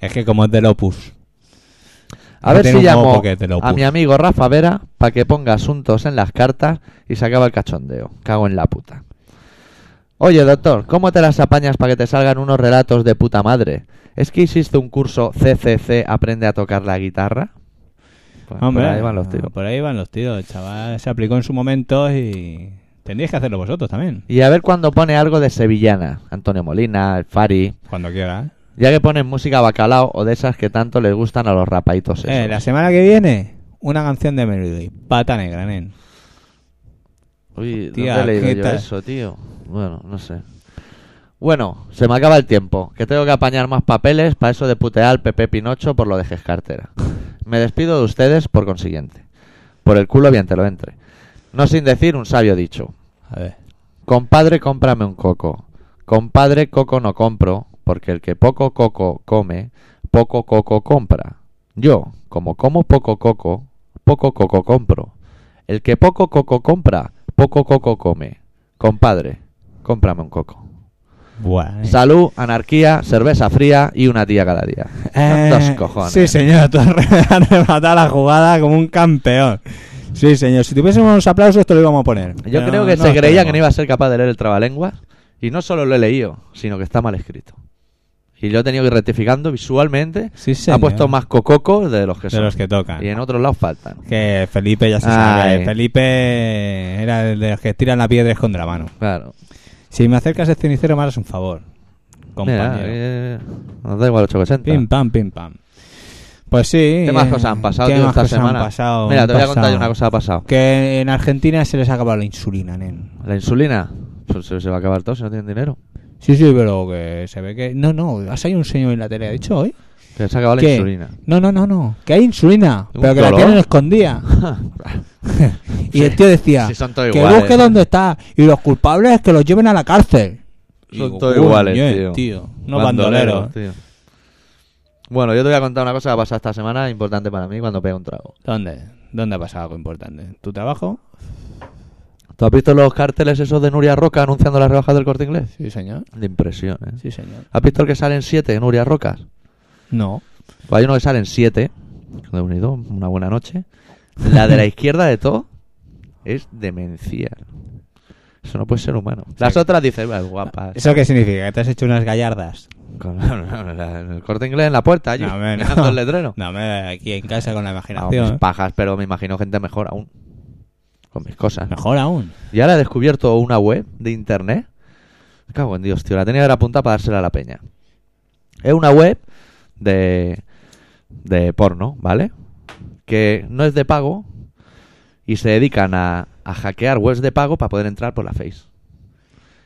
Speaker 1: Es que como es del Opus.
Speaker 2: A
Speaker 1: No
Speaker 2: ver
Speaker 1: tiene
Speaker 2: si
Speaker 1: un modo
Speaker 2: llamo
Speaker 1: porque te lo
Speaker 2: a
Speaker 1: puso.
Speaker 2: mi amigo Rafa Vera para que ponga asuntos en las cartas y se acaba el cachondeo. Cago en la puta. Oye, doctor, ¿cómo te las apañas para que te salgan unos relatos de puta madre? ¿Es que hiciste un curso CCC Aprende a tocar la guitarra? Pues
Speaker 1: Hombre, Ah,
Speaker 2: por ahí van los tiros.
Speaker 1: Por ahí van los tiros. El chaval se aplicó en su momento y. Tendríais que hacerlo vosotros también.
Speaker 2: Y a ver cuando pone algo de sevillana. Antonio Molina, el Fari.
Speaker 1: Cuando quiera, ¿eh?
Speaker 2: Ya que ponen música bacalao o de esas que tanto les gustan a los rapaitos esos.
Speaker 1: Eh, la semana que viene, una canción de Melody. Pata negra, nen.
Speaker 2: Uy, ¿dónde
Speaker 1: Tía,
Speaker 2: he leído
Speaker 1: ¿qué
Speaker 2: yo
Speaker 1: tal?
Speaker 2: eso, tío? Bueno, no sé. Bueno, se me acaba el tiempo, que tengo que apañar más papeles para eso de putear al Pepe Pinocho por lo de Gescartera. Me despido de ustedes por consiguiente. Por el culo bien te lo entre. No sin decir un sabio dicho.
Speaker 1: A ver.
Speaker 2: Compadre, cómprame un coco. Compadre, coco no compro, porque el que poco coco come, poco coco compra. Yo, como como poco coco, poco coco compro. El que poco coco compra, poco coco come. Compadre, cómprame un coco.
Speaker 1: Buah.
Speaker 2: Salud, anarquía, cerveza fría y una tía cada día. Tantos
Speaker 1: Eh,
Speaker 2: cojones.
Speaker 1: Sí, señor, tú has rematado la jugada como un campeón. Sí, señor, si tuviésemos unos aplausos te lo íbamos a poner.
Speaker 2: Yo creo que se creía que no iba a ser capaz de leer el trabalenguas y no solo lo he leído, sino que está mal escrito. Y lo he tenido que ir rectificando visualmente.
Speaker 1: Sí,
Speaker 2: Ha
Speaker 1: señor.
Speaker 2: puesto más cococos de los que
Speaker 1: de
Speaker 2: son.
Speaker 1: los que tocan.
Speaker 2: Y en otros lados faltan.
Speaker 1: Que Felipe ya se sabe.
Speaker 2: Ay.
Speaker 1: Felipe era el de los que tiran la piedra con la mano.
Speaker 2: Claro.
Speaker 1: Si me acercas el cenicero, me harás un favor. Compañero.
Speaker 2: Mira, eh, nos da igual 880.
Speaker 1: Pim pam, pim pam. Pues sí.
Speaker 2: ¿Qué más
Speaker 1: eh,
Speaker 2: cosas han pasado
Speaker 1: ¿qué
Speaker 2: tío,
Speaker 1: más
Speaker 2: esta
Speaker 1: cosas han
Speaker 2: semana?
Speaker 1: pasado?
Speaker 2: Mira,
Speaker 1: Han
Speaker 2: te voy a contar
Speaker 1: pasado.
Speaker 2: yo una cosa que ha pasado.
Speaker 1: Que en Argentina se les ha acabado la insulina, nen.
Speaker 2: La insulina. Pues se, se va a acabar todo si no tienen dinero.
Speaker 1: Sí, sí, pero que se ve que. No, no, ha salido un señor en la tele, ha dicho hoy.
Speaker 2: Que se ha acabado la
Speaker 1: ¿Qué?
Speaker 2: insulina.
Speaker 1: No, no, no, no. Que hay insulina,
Speaker 2: ¿Un
Speaker 1: pero que la
Speaker 2: color?
Speaker 1: tienen escondida. y el tío decía
Speaker 2: Sí, son todos
Speaker 1: que
Speaker 2: iguales.
Speaker 1: busque dónde está y los culpables que los lleven a la cárcel.
Speaker 2: Son
Speaker 1: Y
Speaker 2: todos
Speaker 1: coño,
Speaker 2: iguales, tío.
Speaker 1: No bandoleros.
Speaker 2: tío. Bueno, yo te voy a contar una cosa que ha pasado esta semana importante para mí cuando pego un trago.
Speaker 1: ¿Dónde? ¿Dónde ha pasado algo importante? ¿Tu trabajo?
Speaker 2: ¿Tú has visto los carteles esos de Nuria Roca anunciando las rebajas del corte inglés?
Speaker 1: Sí, señor.
Speaker 2: De impresión, ¿eh?
Speaker 1: Sí, señor.
Speaker 2: ¿Has visto el que salen siete, Nuria Rocas?
Speaker 1: No.
Speaker 2: Pues hay uno que salen siete, de unido, una buena noche. La de la izquierda de todo es demencial. Eso no puede ser humano. Las otras dicen, "Bueno, guapa.
Speaker 1: ¿Eso qué significa? ¿Que te has hecho unas gallardas?
Speaker 2: Con- en el corte inglés en la puerta, allí,
Speaker 1: No, hombre, no.
Speaker 2: mirando el letrero.
Speaker 1: No, hombre, aquí en casa con la
Speaker 2: Hago mis
Speaker 1: imaginación.
Speaker 2: pajas, pero me imagino gente mejor aún. Con mis cosas.
Speaker 1: Mejor aún.
Speaker 2: Y ahora he descubierto una web de internet. Me cago en Dios, tío. La tenía que apuntada para dársela a la peña. Es una web de, de porno, ¿vale? Que no es de pago y se dedican a, a hackear webs de pago para poder entrar por la face.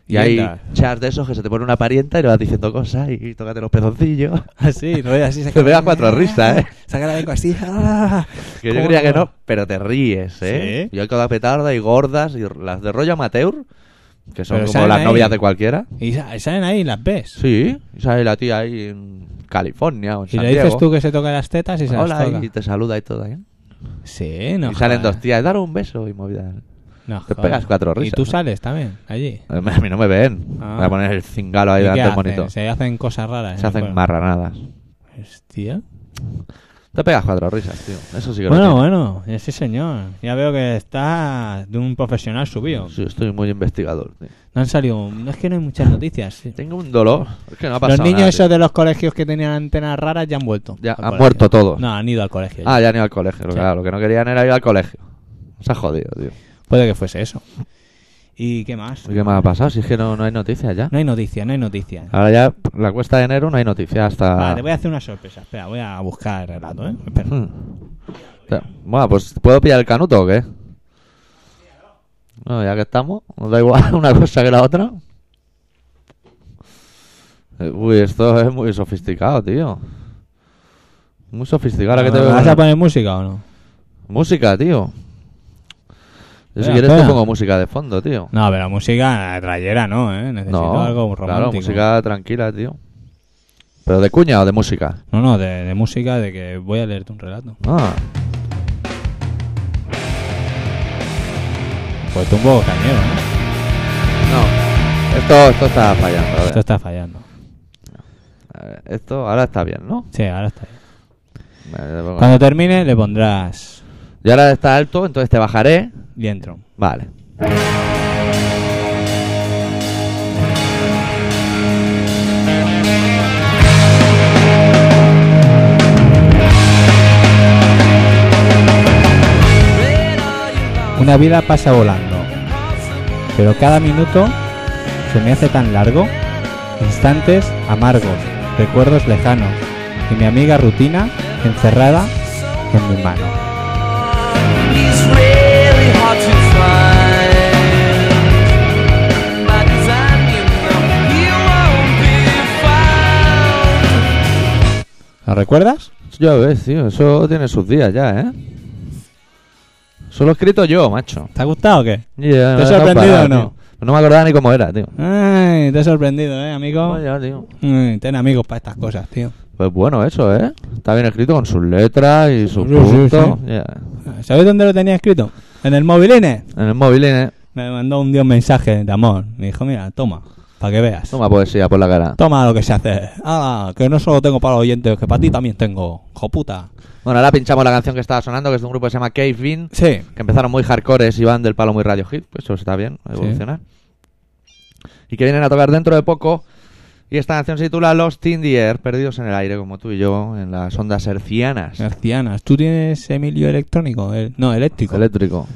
Speaker 2: Y hay
Speaker 1: Anda.
Speaker 2: chats de esos que se te pone una parienta y le vas diciendo cosas y tócate los pezoncillos.
Speaker 1: Así, rollo así.
Speaker 2: Te pegas cuatro risas, ¿eh?
Speaker 1: Sacar la lengua así. ah.
Speaker 2: Que yo
Speaker 1: ¿Cómo
Speaker 2: creía que no, pero te ríes, ¿eh?
Speaker 1: Sí.
Speaker 2: Yo he quedado petarda y gordas, y las de rollo amateur, que son
Speaker 1: Pero
Speaker 2: como
Speaker 1: salen
Speaker 2: las
Speaker 1: ahí.
Speaker 2: novias de cualquiera.
Speaker 1: Y sa- salen ahí las ves.
Speaker 2: Sí, y sale la tía ahí en California o en
Speaker 1: Y
Speaker 2: San
Speaker 1: le dices
Speaker 2: Diego.
Speaker 1: tú que se toca las tetas y se las
Speaker 2: Hola,
Speaker 1: toca.
Speaker 2: y te saluda y todo, ¿eh?
Speaker 1: Sí, no
Speaker 2: y salen
Speaker 1: jodas.
Speaker 2: dos tías, dar un beso y movida.
Speaker 1: No
Speaker 2: te
Speaker 1: jodas.
Speaker 2: pegas cuatro risas,
Speaker 1: Y tú
Speaker 2: ¿no?
Speaker 1: sales también, allí.
Speaker 2: A mí a mí no me ven.
Speaker 1: Ah.
Speaker 2: Voy a poner el cingalo
Speaker 1: ¿Y
Speaker 2: ahí
Speaker 1: qué
Speaker 2: delante del
Speaker 1: hacen?
Speaker 2: monito.
Speaker 1: Se hacen cosas raras.
Speaker 2: Se
Speaker 1: ¿eh?
Speaker 2: hacen
Speaker 1: Bueno.
Speaker 2: marranadas.
Speaker 1: Hostia.
Speaker 2: Te pegas cuatro risas, tío. Eso sí que lo
Speaker 1: Bueno,
Speaker 2: tiene.
Speaker 1: bueno, eh, sí señor. Ya veo que está de un profesional subido.
Speaker 2: Sí, estoy muy investigador. tío.
Speaker 1: No han salido, no es que no hay muchas noticias. sí.
Speaker 2: Tengo un dolor. Es que no ha pasado
Speaker 1: Los niños
Speaker 2: nada, tío.
Speaker 1: esos de los colegios que tenían antenas raras ya han vuelto.
Speaker 2: Ya,
Speaker 1: al
Speaker 2: han
Speaker 1: colegio.
Speaker 2: muerto todos.
Speaker 1: No, han ido al colegio. ya.
Speaker 2: Ah, ya han ido al colegio. Lo,
Speaker 1: Sí.
Speaker 2: que, claro, lo que no querían era ir al colegio. Se ha jodido, tío.
Speaker 1: Puede que fuese eso. ¿Y qué más?
Speaker 2: ¿Y qué más ha pasado? Ah. Si es que no, no hay noticias ya.
Speaker 1: No hay noticias, no hay noticias.
Speaker 2: Ahora ya, la cuesta de enero no hay noticias hasta...
Speaker 1: Vale, te voy a hacer una sorpresa. Espera, voy a buscar el relato, ¿eh? Espera.
Speaker 2: Hmm. Espera, Bueno, pues ¿puedo pillar el canuto o qué? No, ya que estamos, nos da igual una cosa que la otra. Eh, Uy, esto es muy sofisticado, tío. Muy sofisticado. Ahora que te
Speaker 1: ¿Me
Speaker 2: veo
Speaker 1: Ah, ¿Vas
Speaker 2: con-
Speaker 1: a poner música o no?
Speaker 2: Música, tío. Yo si
Speaker 1: Espera,
Speaker 2: quieres
Speaker 1: espera.
Speaker 2: te pongo música de fondo, tío.
Speaker 1: No, pero música trayera no, ¿eh? Necesito
Speaker 2: no,
Speaker 1: algo romántico.
Speaker 2: claro, música tranquila, tío. ¿Pero de cuña o de música?
Speaker 1: No, no, de, de música de que voy a leerte un relato.
Speaker 2: Ah,
Speaker 1: Pues tú un poco cañero, ¿eh?
Speaker 2: no. Esto, esto está fallando. a ver.
Speaker 1: Esto está fallando.
Speaker 2: A ver, esto ahora está bien, ¿no?
Speaker 1: Sí, ahora está bien.
Speaker 2: Vale, le pongo-
Speaker 1: Cuando termine le pondrás
Speaker 2: Y ahora está alto, entonces te bajaré.
Speaker 1: y entro.
Speaker 2: Vale.
Speaker 1: Una vida pasa volando, pero cada minuto se me hace tan largo. Instantes amargos, recuerdos lejanos y mi amiga rutina encerrada en mi mano.
Speaker 3: He's really hard to find. By design, you know he won't be found.
Speaker 1: ¿Lo recuerdas?
Speaker 2: Ya ves, tío, eso tiene sus días ya, ¿eh? Solo he escrito yo, macho.
Speaker 1: ¿Te ha gustado o qué?
Speaker 2: Yeah,
Speaker 1: ¿Te has
Speaker 2: me he dejado
Speaker 1: sorprendido o no?
Speaker 2: tío. No me acordaba ni cómo era, tío.
Speaker 1: Ay, te he sorprendido, ¿eh, amigo?
Speaker 2: Vaya, tío.
Speaker 1: Ay, ten amigos para estas cosas, tío.
Speaker 2: Pues bueno, eso, ¿eh? Está bien escrito con sus letras y sus
Speaker 1: Sí, sí,
Speaker 2: puntos.
Speaker 1: sí.
Speaker 2: Yeah.
Speaker 1: ¿Sabes dónde lo tenía escrito? En el movilines.
Speaker 2: En el móvil, ¿eh?
Speaker 1: E. Me mandó un día un mensaje de amor. Me dijo, mira, toma, para que veas.
Speaker 2: Toma poesía por la cara.
Speaker 1: Toma lo que se hace. Ah, que no solo tengo para los oyentes, que para ti también tengo. Joputa.
Speaker 2: Bueno, ahora pinchamos la canción que estaba sonando, que es de un grupo que se llama Cave Bean,
Speaker 1: Sí.
Speaker 2: que empezaron muy hardcores y van del palo muy radio hit, pues eso está bien, evolucionar. Y que vienen a tocar dentro de poco. Y esta canción se titula Lost in the Air, perdidos en el aire, como tú y yo, en las ondas hercianas.
Speaker 1: Hercianas. ¿Tú tienes Emilio electrónico? El- no, eléctrico.
Speaker 2: Eléctrico.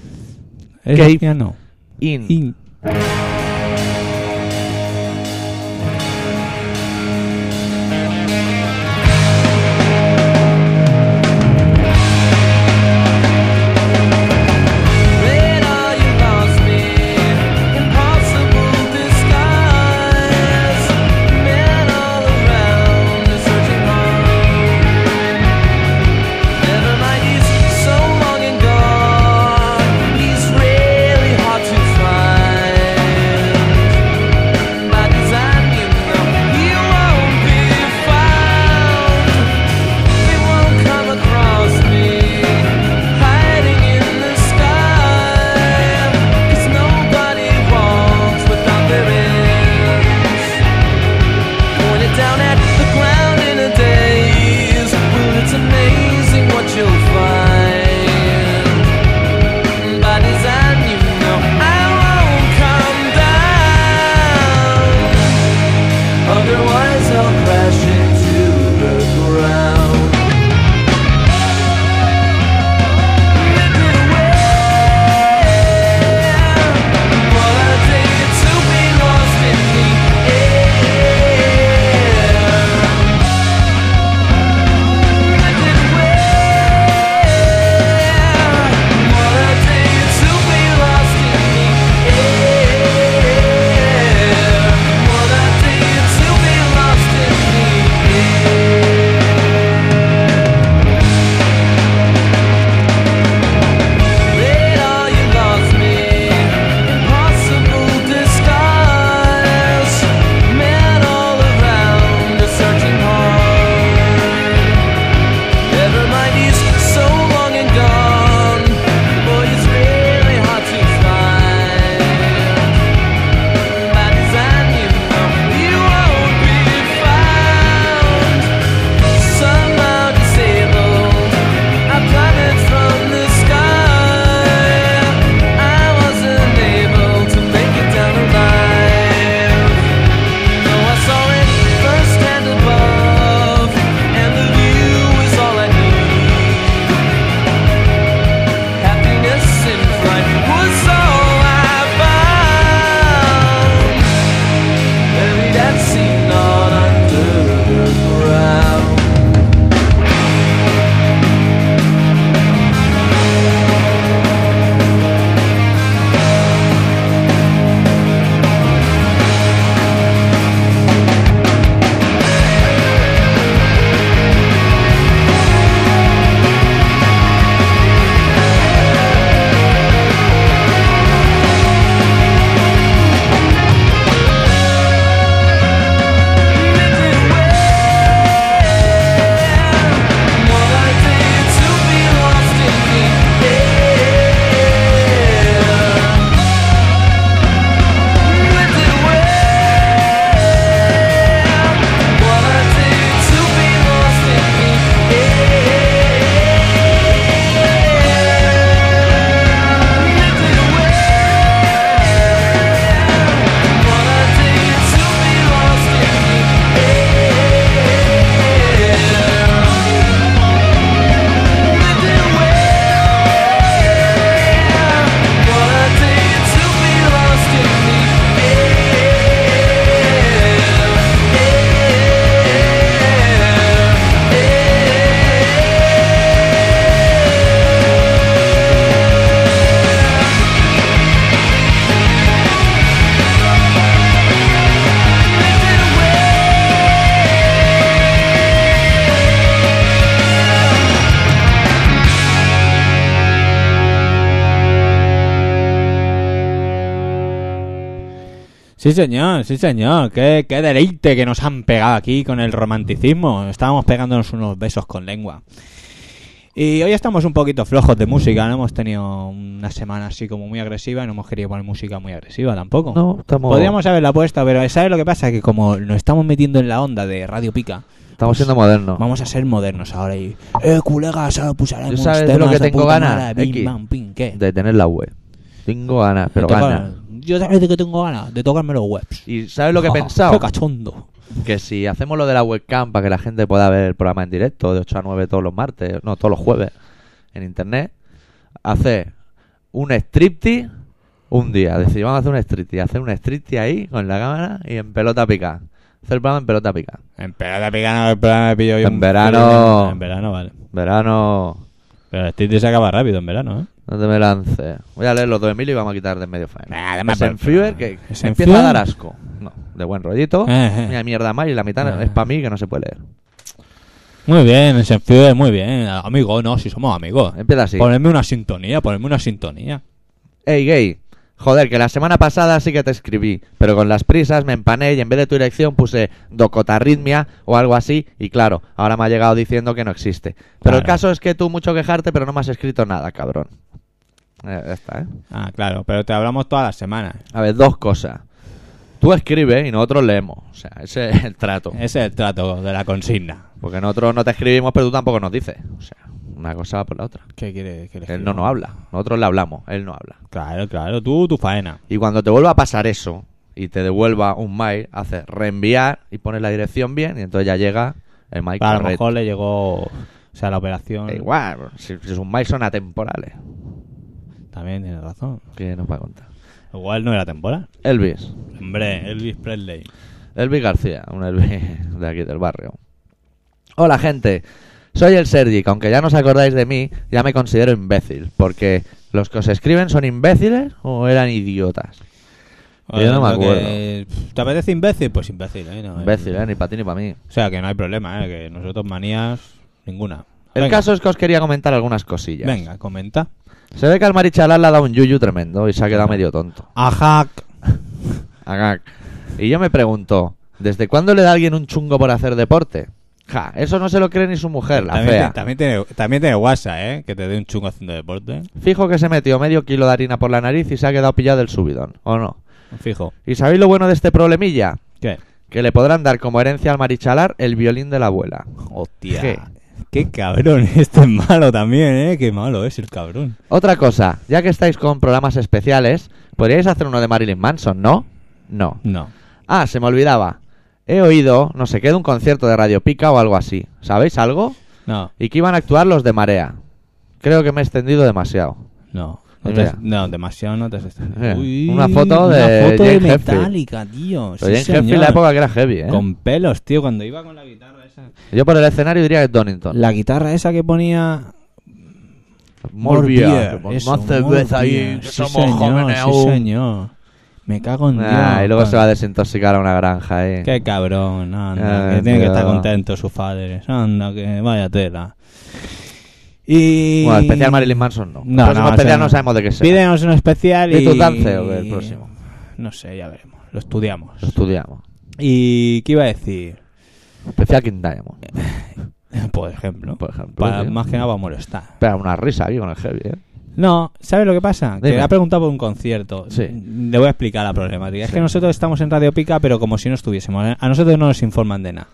Speaker 1: ¿Eres
Speaker 2: Cave.
Speaker 1: herciano?
Speaker 2: In.
Speaker 1: In-
Speaker 3: Radar, you lost me. Impossible disguise. Men all around is searching Never mind, he's so long and gone. He's really hard to find.
Speaker 1: Sí, señor, sí, señor. Qué, qué deleite que nos han pegado aquí con el romanticismo. Estábamos pegándonos unos besos con lengua. Y hoy estamos un poquito flojos de música. No hemos tenido una semana así como muy agresiva y no hemos querido poner música muy agresiva tampoco.
Speaker 2: No, estamos,
Speaker 1: Podríamos haberla puesto, pero ¿sabes lo que pasa? Que como nos estamos metiendo en la onda de Radio Pica,
Speaker 2: estamos siendo modernos.
Speaker 1: vamos a ser modernos ahora y... Eh, colegas, ahora pusaremos
Speaker 2: ¿Yo sabes de
Speaker 1: temas
Speaker 2: lo que
Speaker 1: de
Speaker 2: tengo
Speaker 1: puta
Speaker 2: ganas,
Speaker 1: madre, bim,
Speaker 2: X?
Speaker 1: bam, pim, ¿qué?
Speaker 2: De tener la web. Tengo ganas, pero
Speaker 1: De tocar-
Speaker 2: ganas.
Speaker 1: Yo sabes de que tengo ganas, de tocarme los webs.
Speaker 2: ¿Y sabes lo que he
Speaker 1: Ja,
Speaker 2: pensado?
Speaker 1: Qué cachondo.
Speaker 2: Que si hacemos lo de la webcam para que la gente pueda ver el programa en directo de 8 a 9 todos los martes, no, todos los jueves en internet, hacer un striptease un día. Decir, vamos a hacer un striptease, hacer un striptease ahí con la cámara y en pelota pica. Hacer el programa en pelota pica.
Speaker 1: En verano, picano, en verano me pillo
Speaker 2: En verano.
Speaker 1: En verano, vale.
Speaker 2: Verano,
Speaker 1: Pero el Titi se acaba rápido en verano, ¿eh?
Speaker 2: no te me lances. Voy a leer los dos Emilio y vamos a quitar de en medio
Speaker 1: Nah,
Speaker 2: faena.
Speaker 1: dame
Speaker 2: Es en
Speaker 1: por-
Speaker 2: Fever que
Speaker 1: ¿Es en
Speaker 2: empieza a
Speaker 1: Fever?
Speaker 2: dar asco. No, de buen rollito.
Speaker 1: Eh, eh.
Speaker 2: Mira, mierda más y la mitad
Speaker 1: Eh.
Speaker 2: es para mí que no se puede leer.
Speaker 1: Muy bien, en sentido muy bien. Amigo, no, si somos amigos.
Speaker 2: Empieza así.
Speaker 1: Ponedme una sintonía, ponedme una sintonía.
Speaker 2: Hey gay, joder, que la semana pasada sí que te escribí, pero con las prisas me empané y en vez de tu dirección puse docotarritmia o algo así, y claro, ahora me ha llegado diciendo que no existe. Pero el
Speaker 1: Claro.
Speaker 2: caso es que tú mucho quejarte, pero no me has escrito nada, cabrón. Eh, ya está, ¿eh?
Speaker 1: Ah, claro, pero te hablamos todas las semanas.
Speaker 2: A ver, dos cosas. Tú escribes y nosotros leemos. O sea, ese es el trato.
Speaker 1: Ese es el trato de la consigna.
Speaker 2: Porque nosotros no te escribimos, pero tú tampoco nos dices. O sea, una cosa va por la otra.
Speaker 1: ¿Qué quiere que
Speaker 2: Él no nos habla. Nosotros le hablamos, él no habla.
Speaker 1: Claro, claro, tú, tu faena.
Speaker 2: Y cuando te vuelva a pasar eso y te devuelva un mail, haces reenviar y pones la dirección bien y entonces ya llega el mail
Speaker 1: Claro, a lo
Speaker 2: correcto.
Speaker 1: mejor le llegó. O sea, la operación.
Speaker 2: Da igual, si, si sus mails son atemporales.
Speaker 1: También tiene razón.
Speaker 2: ¿Qué nos va a contar?
Speaker 1: Igual no era temporal.
Speaker 2: Elvis.
Speaker 1: Hombre, Elvis Presley.
Speaker 2: Elvis García, un Elvis de aquí del barrio. Hola gente, soy el Sergi, que aunque ya no os acordáis de mí, ya me considero imbécil, porque los que os escriben son imbéciles o eran idiotas. Yo no me
Speaker 1: lo
Speaker 2: acuerdo.
Speaker 1: que- ¿Te apetece imbécil? Pues imbécil, ¿eh? No,
Speaker 2: Imbécil,
Speaker 1: eh.
Speaker 2: ¿eh? ni para ti ni para mí.
Speaker 1: O sea, que no hay problema, ¿eh? Que nosotros manías ninguna.
Speaker 2: El
Speaker 1: Venga,
Speaker 2: caso es que os quería comentar algunas cosillas.
Speaker 1: Venga, comenta.
Speaker 2: Se ve que al Marichalal le ha dado un yuyu tremendo y se ha quedado medio tonto.
Speaker 1: Ajá.
Speaker 2: Agac. Y yo me pregunto, ¿desde cuándo le da a alguien un chungo por hacer deporte? Ja, eso no se lo cree ni su mujer, la
Speaker 1: También,
Speaker 2: fea.
Speaker 1: te- también, tiene, también tiene WhatsApp, ¿eh? Que te dé un chungo haciendo deporte.
Speaker 2: Fijo que se metió medio kilo de harina por la nariz y se ha quedado pillado el subidón, ¿o no?
Speaker 1: Fijo.
Speaker 2: ¿Y sabéis lo bueno de este problemilla?
Speaker 1: ¿Qué?
Speaker 2: Que le podrán dar como herencia al marichalar el violín de la abuela.
Speaker 1: Hostia.
Speaker 2: ¿Qué?
Speaker 1: Qué cabrón. Este es malo también, ¿eh? Qué malo es el cabrón.
Speaker 2: Otra cosa, ya que estáis con programas especiales, podríais hacer uno de Marilyn Manson, ¿no? No.
Speaker 1: No.
Speaker 2: Ah, se me olvidaba. He oído, no sé qué, de un concierto de Radio Pica o algo así. ¿Sabéis algo?
Speaker 1: No.
Speaker 2: Y que iban a actuar los de Marea. Creo que me he extendido demasiado.
Speaker 1: No. No,
Speaker 2: Pues
Speaker 1: te-
Speaker 2: mira.
Speaker 1: no, demasiado no te has
Speaker 2: Mira,
Speaker 1: extendido. Uy,
Speaker 2: Eh, una foto de
Speaker 1: Una foto de
Speaker 2: Jane Hetfield.
Speaker 1: Metallica, tío.
Speaker 2: Pero ya
Speaker 1: Sí,
Speaker 2: en Jeff en
Speaker 1: señor.
Speaker 2: la época que era heavy, ¿eh?
Speaker 1: Con pelos, tío, cuando iba con la guitarra esa.
Speaker 2: Yo por el escenario diría que es Donington.
Speaker 1: La guitarra esa que ponía.
Speaker 2: More beer, que pon-
Speaker 1: eso,
Speaker 2: más
Speaker 1: more
Speaker 2: cerveza ahí,
Speaker 1: beer.
Speaker 2: que
Speaker 1: Sí,
Speaker 2: somos
Speaker 1: señor,
Speaker 2: jóvenes
Speaker 1: sí,
Speaker 2: aún.
Speaker 1: señor. Me cago en
Speaker 2: Ah,
Speaker 1: Dios.
Speaker 2: y luego se va a
Speaker 1: de...
Speaker 2: desintoxicar a una granja, ¿eh?
Speaker 1: Qué cabrón, anda.
Speaker 2: Ah,
Speaker 1: que tiene que
Speaker 2: tío.
Speaker 1: estar contento sus padres. Anda, que vaya tela. Y.
Speaker 2: Bueno, especial Marilyn Manson no.
Speaker 1: No,
Speaker 2: el próximo
Speaker 1: no,
Speaker 2: especial
Speaker 1: o sea,
Speaker 2: no sabemos de qué será.
Speaker 1: Pídenos un especial y.
Speaker 2: Little Dance o el próximo.
Speaker 1: No sé, ya veremos. Lo estudiamos.
Speaker 2: Lo estudiamos.
Speaker 1: ¿Y qué iba a decir?
Speaker 2: Especial King Diamond.
Speaker 1: Por ejemplo.
Speaker 2: Por ejemplo,
Speaker 1: Para-
Speaker 2: tío.
Speaker 1: más que nada para molestar.
Speaker 2: Espera, una risa aquí con el heavy, ¿eh?
Speaker 1: No, ¿sabes lo que pasa? Que
Speaker 2: Dime.
Speaker 1: le ha preguntado por un concierto.
Speaker 2: Sí.
Speaker 1: Le voy a explicar la problemática. Es
Speaker 2: Sí.
Speaker 1: que nosotros estamos en Radio Pica, pero como si no estuviésemos. A nosotros no nos informan de nada.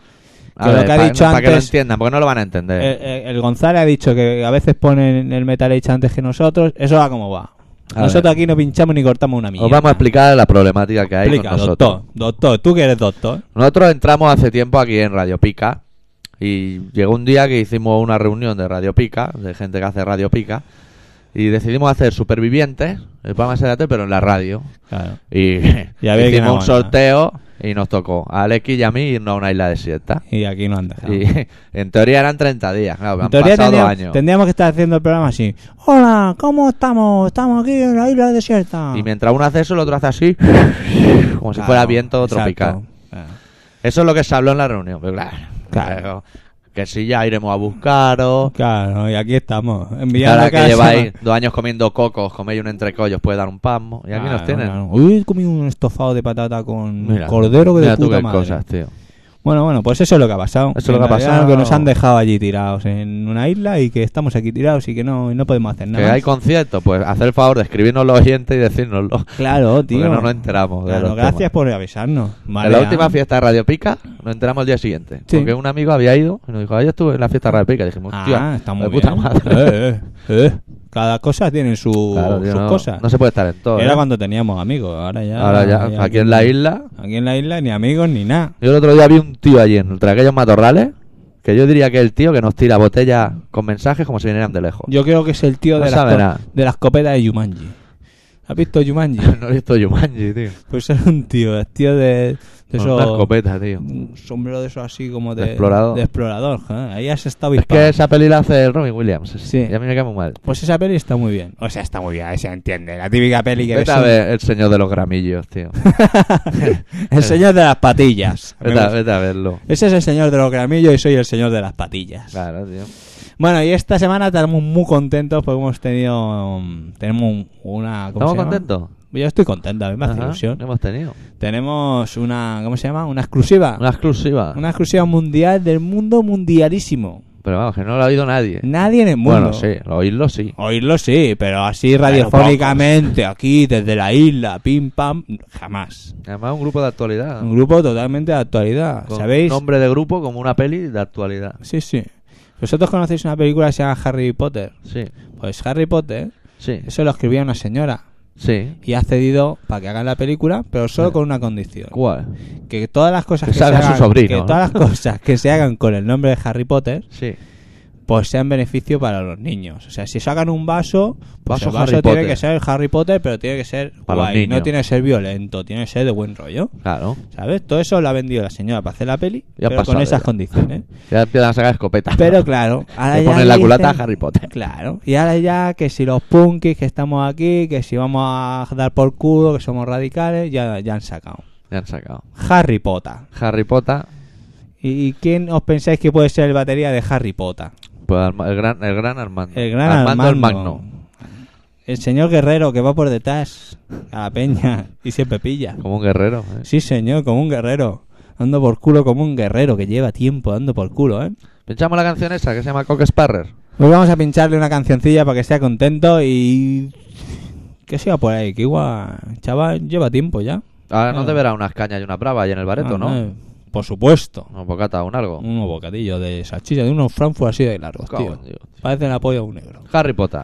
Speaker 2: A
Speaker 1: Que lo
Speaker 2: ver,
Speaker 1: que ha
Speaker 2: pa-
Speaker 1: dicho
Speaker 2: para que lo
Speaker 1: antes-
Speaker 2: entiendan, porque no lo van a entender.
Speaker 1: Eh, eh, el González ha dicho que a veces ponen el Metal Age antes que nosotros. Eso va como va.
Speaker 2: A
Speaker 1: nosotros
Speaker 2: ver.
Speaker 1: aquí no pinchamos ni cortamos una mierda.
Speaker 2: Os vamos a explicar la problemática que hay
Speaker 1: Explica,
Speaker 2: con nosotros.
Speaker 1: doctor. Doctor, tú que eres doctor.
Speaker 2: Nosotros entramos hace tiempo aquí en Radio Pica y llegó un día que hicimos una reunión de Radio Pica, de gente que hace Radio Pica, y decidimos hacer Supervivientes, eh, el programa ese de la tele, pero en la radio.
Speaker 1: Claro.
Speaker 2: Y,
Speaker 1: Y a ver quién
Speaker 2: hicimos un
Speaker 1: aguanta.
Speaker 2: sorteo y nos tocó a Aleki y a mí irnos a una isla desierta.
Speaker 1: Y aquí no han dejado.
Speaker 2: Y en teoría eran 30 días, claro,
Speaker 1: En
Speaker 2: han
Speaker 1: teoría
Speaker 2: pasado dos
Speaker 1: tendríamos,
Speaker 2: años.
Speaker 1: tendríamos que estar haciendo el programa así. Hola, ¿cómo estamos? Estamos aquí en la isla desierta.
Speaker 2: Y mientras uno hace eso, el otro hace así, como si
Speaker 1: Claro,
Speaker 2: fuera viento
Speaker 1: exacto. Eh,
Speaker 2: tropical.
Speaker 1: Claro.
Speaker 2: Eso es lo que se habló en la reunión. pero claro,
Speaker 1: Claro.
Speaker 2: claro, Que si ya iremos a buscaros.
Speaker 1: Claro, y aquí estamos. Enviando
Speaker 2: Ahora que
Speaker 1: cada
Speaker 2: lleváis
Speaker 1: semana.
Speaker 2: dos años comiendo cocos, coméis un entrecollo, os puede dar un pasmo. Y aquí nos
Speaker 1: Claro,
Speaker 2: tienen.
Speaker 1: claro. Uy, he comido un estofado de patata con
Speaker 2: Mira,
Speaker 1: cordero que de
Speaker 2: mira tú
Speaker 1: puta
Speaker 2: qué
Speaker 1: madre.
Speaker 2: cosas, tío.
Speaker 1: Bueno, bueno, pues eso es lo que ha pasado.
Speaker 2: Eso es lo que ha
Speaker 1: En realidad,
Speaker 2: pasado.
Speaker 1: Que nos han dejado allí tirados en una isla y que estamos aquí tirados y que no, y no podemos hacer
Speaker 2: que
Speaker 1: nada.
Speaker 2: hay
Speaker 1: más.
Speaker 2: conciertos, pues hacer el favor de escribirnos los oyentes y decírnoslo.
Speaker 1: Claro, tío.
Speaker 2: Porque no nos enteramos de
Speaker 1: Claro,
Speaker 2: los
Speaker 1: gracias
Speaker 2: temas.
Speaker 1: por avisarnos.
Speaker 2: en la
Speaker 1: Marea.
Speaker 2: última fiesta de Radio Pica nos enteramos el día siguiente.
Speaker 1: Sí.
Speaker 2: Porque un amigo había ido y nos dijo, ah, yo estuve en la fiesta de Radio Pica. Y dijimos, tío,
Speaker 1: Ah, está muy
Speaker 2: de puta
Speaker 1: bien.
Speaker 2: madre.
Speaker 1: Eh, eh, eh. Cada cosa tiene su,
Speaker 2: Claro, tío,
Speaker 1: sus
Speaker 2: no,
Speaker 1: cosas.
Speaker 2: no se puede estar en todo.
Speaker 1: Era
Speaker 2: ¿eh?
Speaker 1: cuando teníamos amigos, ahora ya.
Speaker 2: Ahora ya, aquí en la isla.
Speaker 1: Aquí en la isla ni amigos ni nada.
Speaker 2: Yo el otro día vi un tío allí en entre aquellos matorrales, que yo diría que el tío que nos tira botellas con mensajes como si vinieran de lejos.
Speaker 1: Yo creo que es el tío
Speaker 2: No
Speaker 1: de,
Speaker 2: sabe
Speaker 1: las,
Speaker 2: nada.
Speaker 1: co- de la escopeta de Yumanji. ¿Has visto Yumanji?
Speaker 2: no he visto Yumanji, tío.
Speaker 1: pues era un tío, el tío de, de
Speaker 2: Con una
Speaker 1: esos.
Speaker 2: escopeta, tío.
Speaker 1: un sombrero de esos así como
Speaker 2: De
Speaker 1: de,
Speaker 2: explorador.
Speaker 1: de explorador, joder. Ahí has estado
Speaker 2: Es que
Speaker 1: disparando.
Speaker 2: esa peli la hace Robin Williams.
Speaker 1: Sí.
Speaker 2: Y a mí me cae muy mal.
Speaker 1: Pues esa peli está muy bien. O sea, está muy bien, ahí se entiende. La típica peli que
Speaker 2: Vete a
Speaker 1: ves.
Speaker 2: ver El Señor de los Gramillos, tío.
Speaker 1: el señor de las patillas.
Speaker 2: Vete a, vete a verlo.
Speaker 1: Ese es el señor de los gramillos y soy el señor de las patillas.
Speaker 2: Claro, tío.
Speaker 1: Bueno, y esta semana estamos muy contentos porque hemos tenido. mm, Tenemos un- una. ¿cómo
Speaker 2: ¿Estamos
Speaker 1: se llama?
Speaker 2: contentos?
Speaker 1: Yo estoy contento, a mí me hace
Speaker 2: Ajá,
Speaker 1: ilusión.
Speaker 2: Hemos tenido
Speaker 1: Tenemos una. ¿Cómo se llama? Una exclusiva.
Speaker 2: una exclusiva.
Speaker 1: Ah. Una exclusiva mundial del mundo mundialísimo.
Speaker 2: Pero vamos, que no lo ha oído nadie.
Speaker 1: Nadie en el mundo.
Speaker 2: Bueno, sí, lo oírlo sí.
Speaker 1: Oírlo sí, pero así radiofónicamente, aquí, desde la isla, pim pam, jamás.
Speaker 2: Además, un grupo de actualidad.
Speaker 1: Un grupo totalmente de actualidad,
Speaker 2: Ah. Con
Speaker 1: ¿sabéis?
Speaker 2: Nombre de grupo como una peli de actualidad.
Speaker 1: Sí, sí. ¿Vosotros conocéis una película que se llama Harry Potter?
Speaker 2: Sí,
Speaker 1: Pues Harry Potter,
Speaker 2: sí,
Speaker 1: eso lo escribía una señora
Speaker 2: sí.
Speaker 1: y ha cedido para que hagan la película, pero solo con una condición.
Speaker 2: ¿Cuál?
Speaker 1: Que todas las cosas
Speaker 2: Que
Speaker 1: que,
Speaker 2: salga
Speaker 1: se
Speaker 2: su
Speaker 1: hagan,
Speaker 2: sobrino,
Speaker 1: que
Speaker 2: ¿no?
Speaker 1: todas las cosas que se hagan con el nombre de Harry Potter,
Speaker 2: Sí.
Speaker 1: pues sean beneficio para los niños. O sea, si sacan un vaso, pues
Speaker 2: Vaso
Speaker 1: el vaso tiene
Speaker 2: Harry Potter.
Speaker 1: que ser Harry Potter, pero tiene que ser
Speaker 2: Para los
Speaker 1: guay. No
Speaker 2: niños.
Speaker 1: tiene que ser violento, tiene que ser de buen rollo.
Speaker 2: Claro.
Speaker 1: ¿Sabes? Todo eso lo ha vendido la señora para hacer la peli,
Speaker 2: Ya
Speaker 1: pero
Speaker 2: ha
Speaker 1: con
Speaker 2: pasado
Speaker 1: esas
Speaker 2: ya.
Speaker 1: condiciones.
Speaker 2: Ya empiezan a sacar escopetas.
Speaker 1: Pero claro, ahora
Speaker 2: Le
Speaker 1: ya
Speaker 2: ponen la
Speaker 1: dicen-
Speaker 2: culata a Harry Potter.
Speaker 1: Claro, y ahora ya que si los punkis que estamos aquí, que si vamos a dar por culo, que somos radicales, ya, ya han sacado.
Speaker 2: Ya han sacado.
Speaker 1: Harry Potter.
Speaker 2: Harry Potter,
Speaker 1: ¿Y, y quién os pensáis que puede ser el batería de Harry Potter?
Speaker 2: pues Arma- el gran, el gran Armando.
Speaker 1: El gran
Speaker 2: Armando. el
Speaker 1: Armando.
Speaker 2: Magno.
Speaker 1: El señor guerrero que va por detrás a la peña y siempre pilla.
Speaker 2: Como un guerrero. ¿eh?
Speaker 1: Sí, señor, como un guerrero. Ando por culo como un guerrero que lleva tiempo dando por culo, ¿eh?
Speaker 2: Pinchamos la canción esa que se llama Cock Sparrer.
Speaker 1: Pues vamos a pincharle una cancioncilla para que sea contento y... Que siga por ahí, que igual... Chaval, lleva tiempo ya.
Speaker 2: Ahora no
Speaker 1: Ah.
Speaker 2: te verá unas cañas y una brava ahí en el
Speaker 1: Ah,
Speaker 2: bareto,
Speaker 1: Mm.
Speaker 2: ¿no?
Speaker 1: eh, Por supuesto.
Speaker 2: Un bocata, un algo.
Speaker 1: Unos bocadillos de salchicha, de unos frankfurt así de largos,
Speaker 2: Cago
Speaker 1: tío.
Speaker 2: en Dios.
Speaker 1: Parecen la polla de un negro.
Speaker 2: Harry Potter.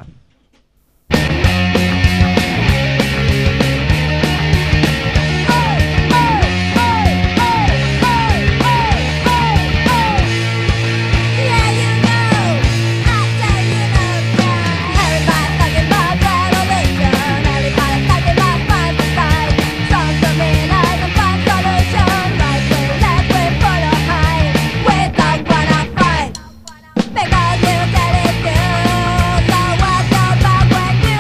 Speaker 4: Because you said it too, so what the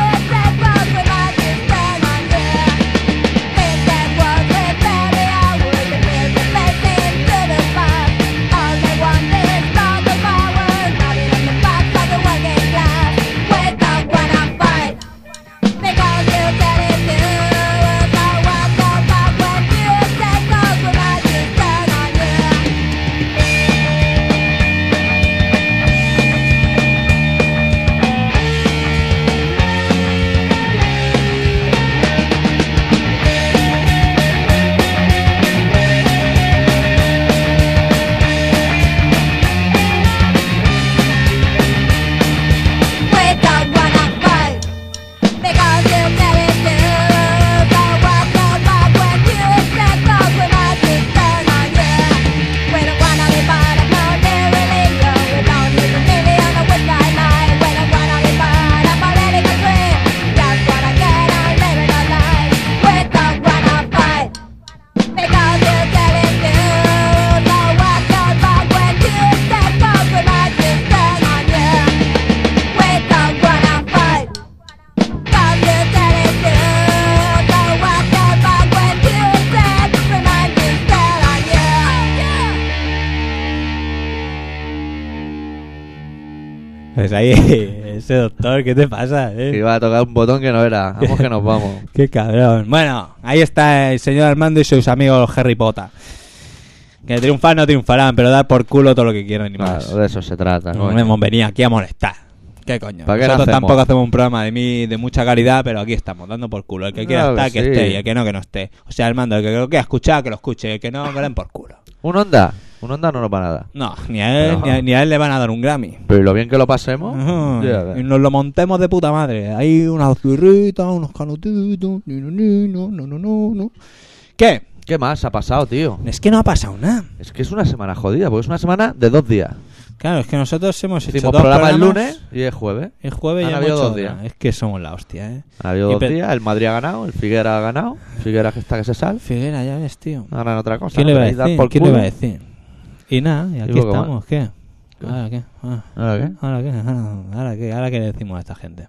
Speaker 1: Pues ahí, ese doctor, ¿qué te pasa? eh?
Speaker 2: Que iba a tocar un botón que no era. Vamos que nos vamos.
Speaker 1: Qué cabrón. Bueno, ahí está el señor Armando y sus amigos los Harry Potter. Que triunfar no triunfarán, pero dar por culo todo lo que quieran y más.
Speaker 2: Claro, de eso se trata.
Speaker 1: No
Speaker 2: Ah, coño.
Speaker 1: hemos venido aquí a molestar. ¿Qué coño?
Speaker 2: ¿Para qué
Speaker 1: Nosotros
Speaker 2: nacemos?
Speaker 1: tampoco hacemos un programa de mí de mucha calidad, pero aquí estamos, dando por culo. El que quiera
Speaker 2: Claro que
Speaker 1: estar, que
Speaker 2: sí.
Speaker 1: esté, y el que no, que no esté. O sea, Armando, el que lo quiera escuchar, que lo escuche, y el que no, que le den por culo.
Speaker 2: Un Honda. Un Honda no nos va a nada.
Speaker 1: No, ni a él,
Speaker 2: No.
Speaker 1: ni a- ni a él le van a dar un Grammy.
Speaker 2: Pero ¿y lo bien que lo pasemos.
Speaker 1: Ajá,
Speaker 2: Ya ves.
Speaker 1: Ah. Y nos lo montemos de puta madre. Hay unas zurritas, unos canutitos. ni, ni, ni, No, no, no, no, no. ¿Qué?
Speaker 2: ¿Qué más ha pasado, tío?
Speaker 1: Es que no ha pasado nada.
Speaker 2: Es que es una semana jodida, porque es una semana de dos días.
Speaker 1: Claro, es que nosotros hemos hecho
Speaker 2: Hicimos
Speaker 1: dos
Speaker 2: programa
Speaker 1: programas
Speaker 2: el lunes y el jueves.
Speaker 1: El jueves
Speaker 2: Han
Speaker 1: ya hemos
Speaker 2: habido
Speaker 1: hecho
Speaker 2: dos días.
Speaker 1: otra. Es que somos la hostia, ¿eh?
Speaker 2: Ha habido
Speaker 1: Y
Speaker 2: dos
Speaker 1: pe-
Speaker 2: días, el Madrid ha ganado, el Figuera ha ganado, Figuera que está que se sale.
Speaker 1: Figuera, ya ves, tío.
Speaker 2: Ahora en otra cosa.
Speaker 1: ¿Qué le va a
Speaker 2: queréis dar
Speaker 1: decir?
Speaker 2: por
Speaker 1: ¿Qué
Speaker 2: culo?
Speaker 1: le va a decir? Y nada, y aquí
Speaker 2: poco más.
Speaker 1: estamos. ¿Qué?
Speaker 2: ¿Qué?
Speaker 1: ¿Ahora qué? Ah,
Speaker 2: ¿Ahora qué?
Speaker 1: ¿Ahora qué? Ah, ¿Ahora qué? ¿Ahora qué le decimos a esta gente?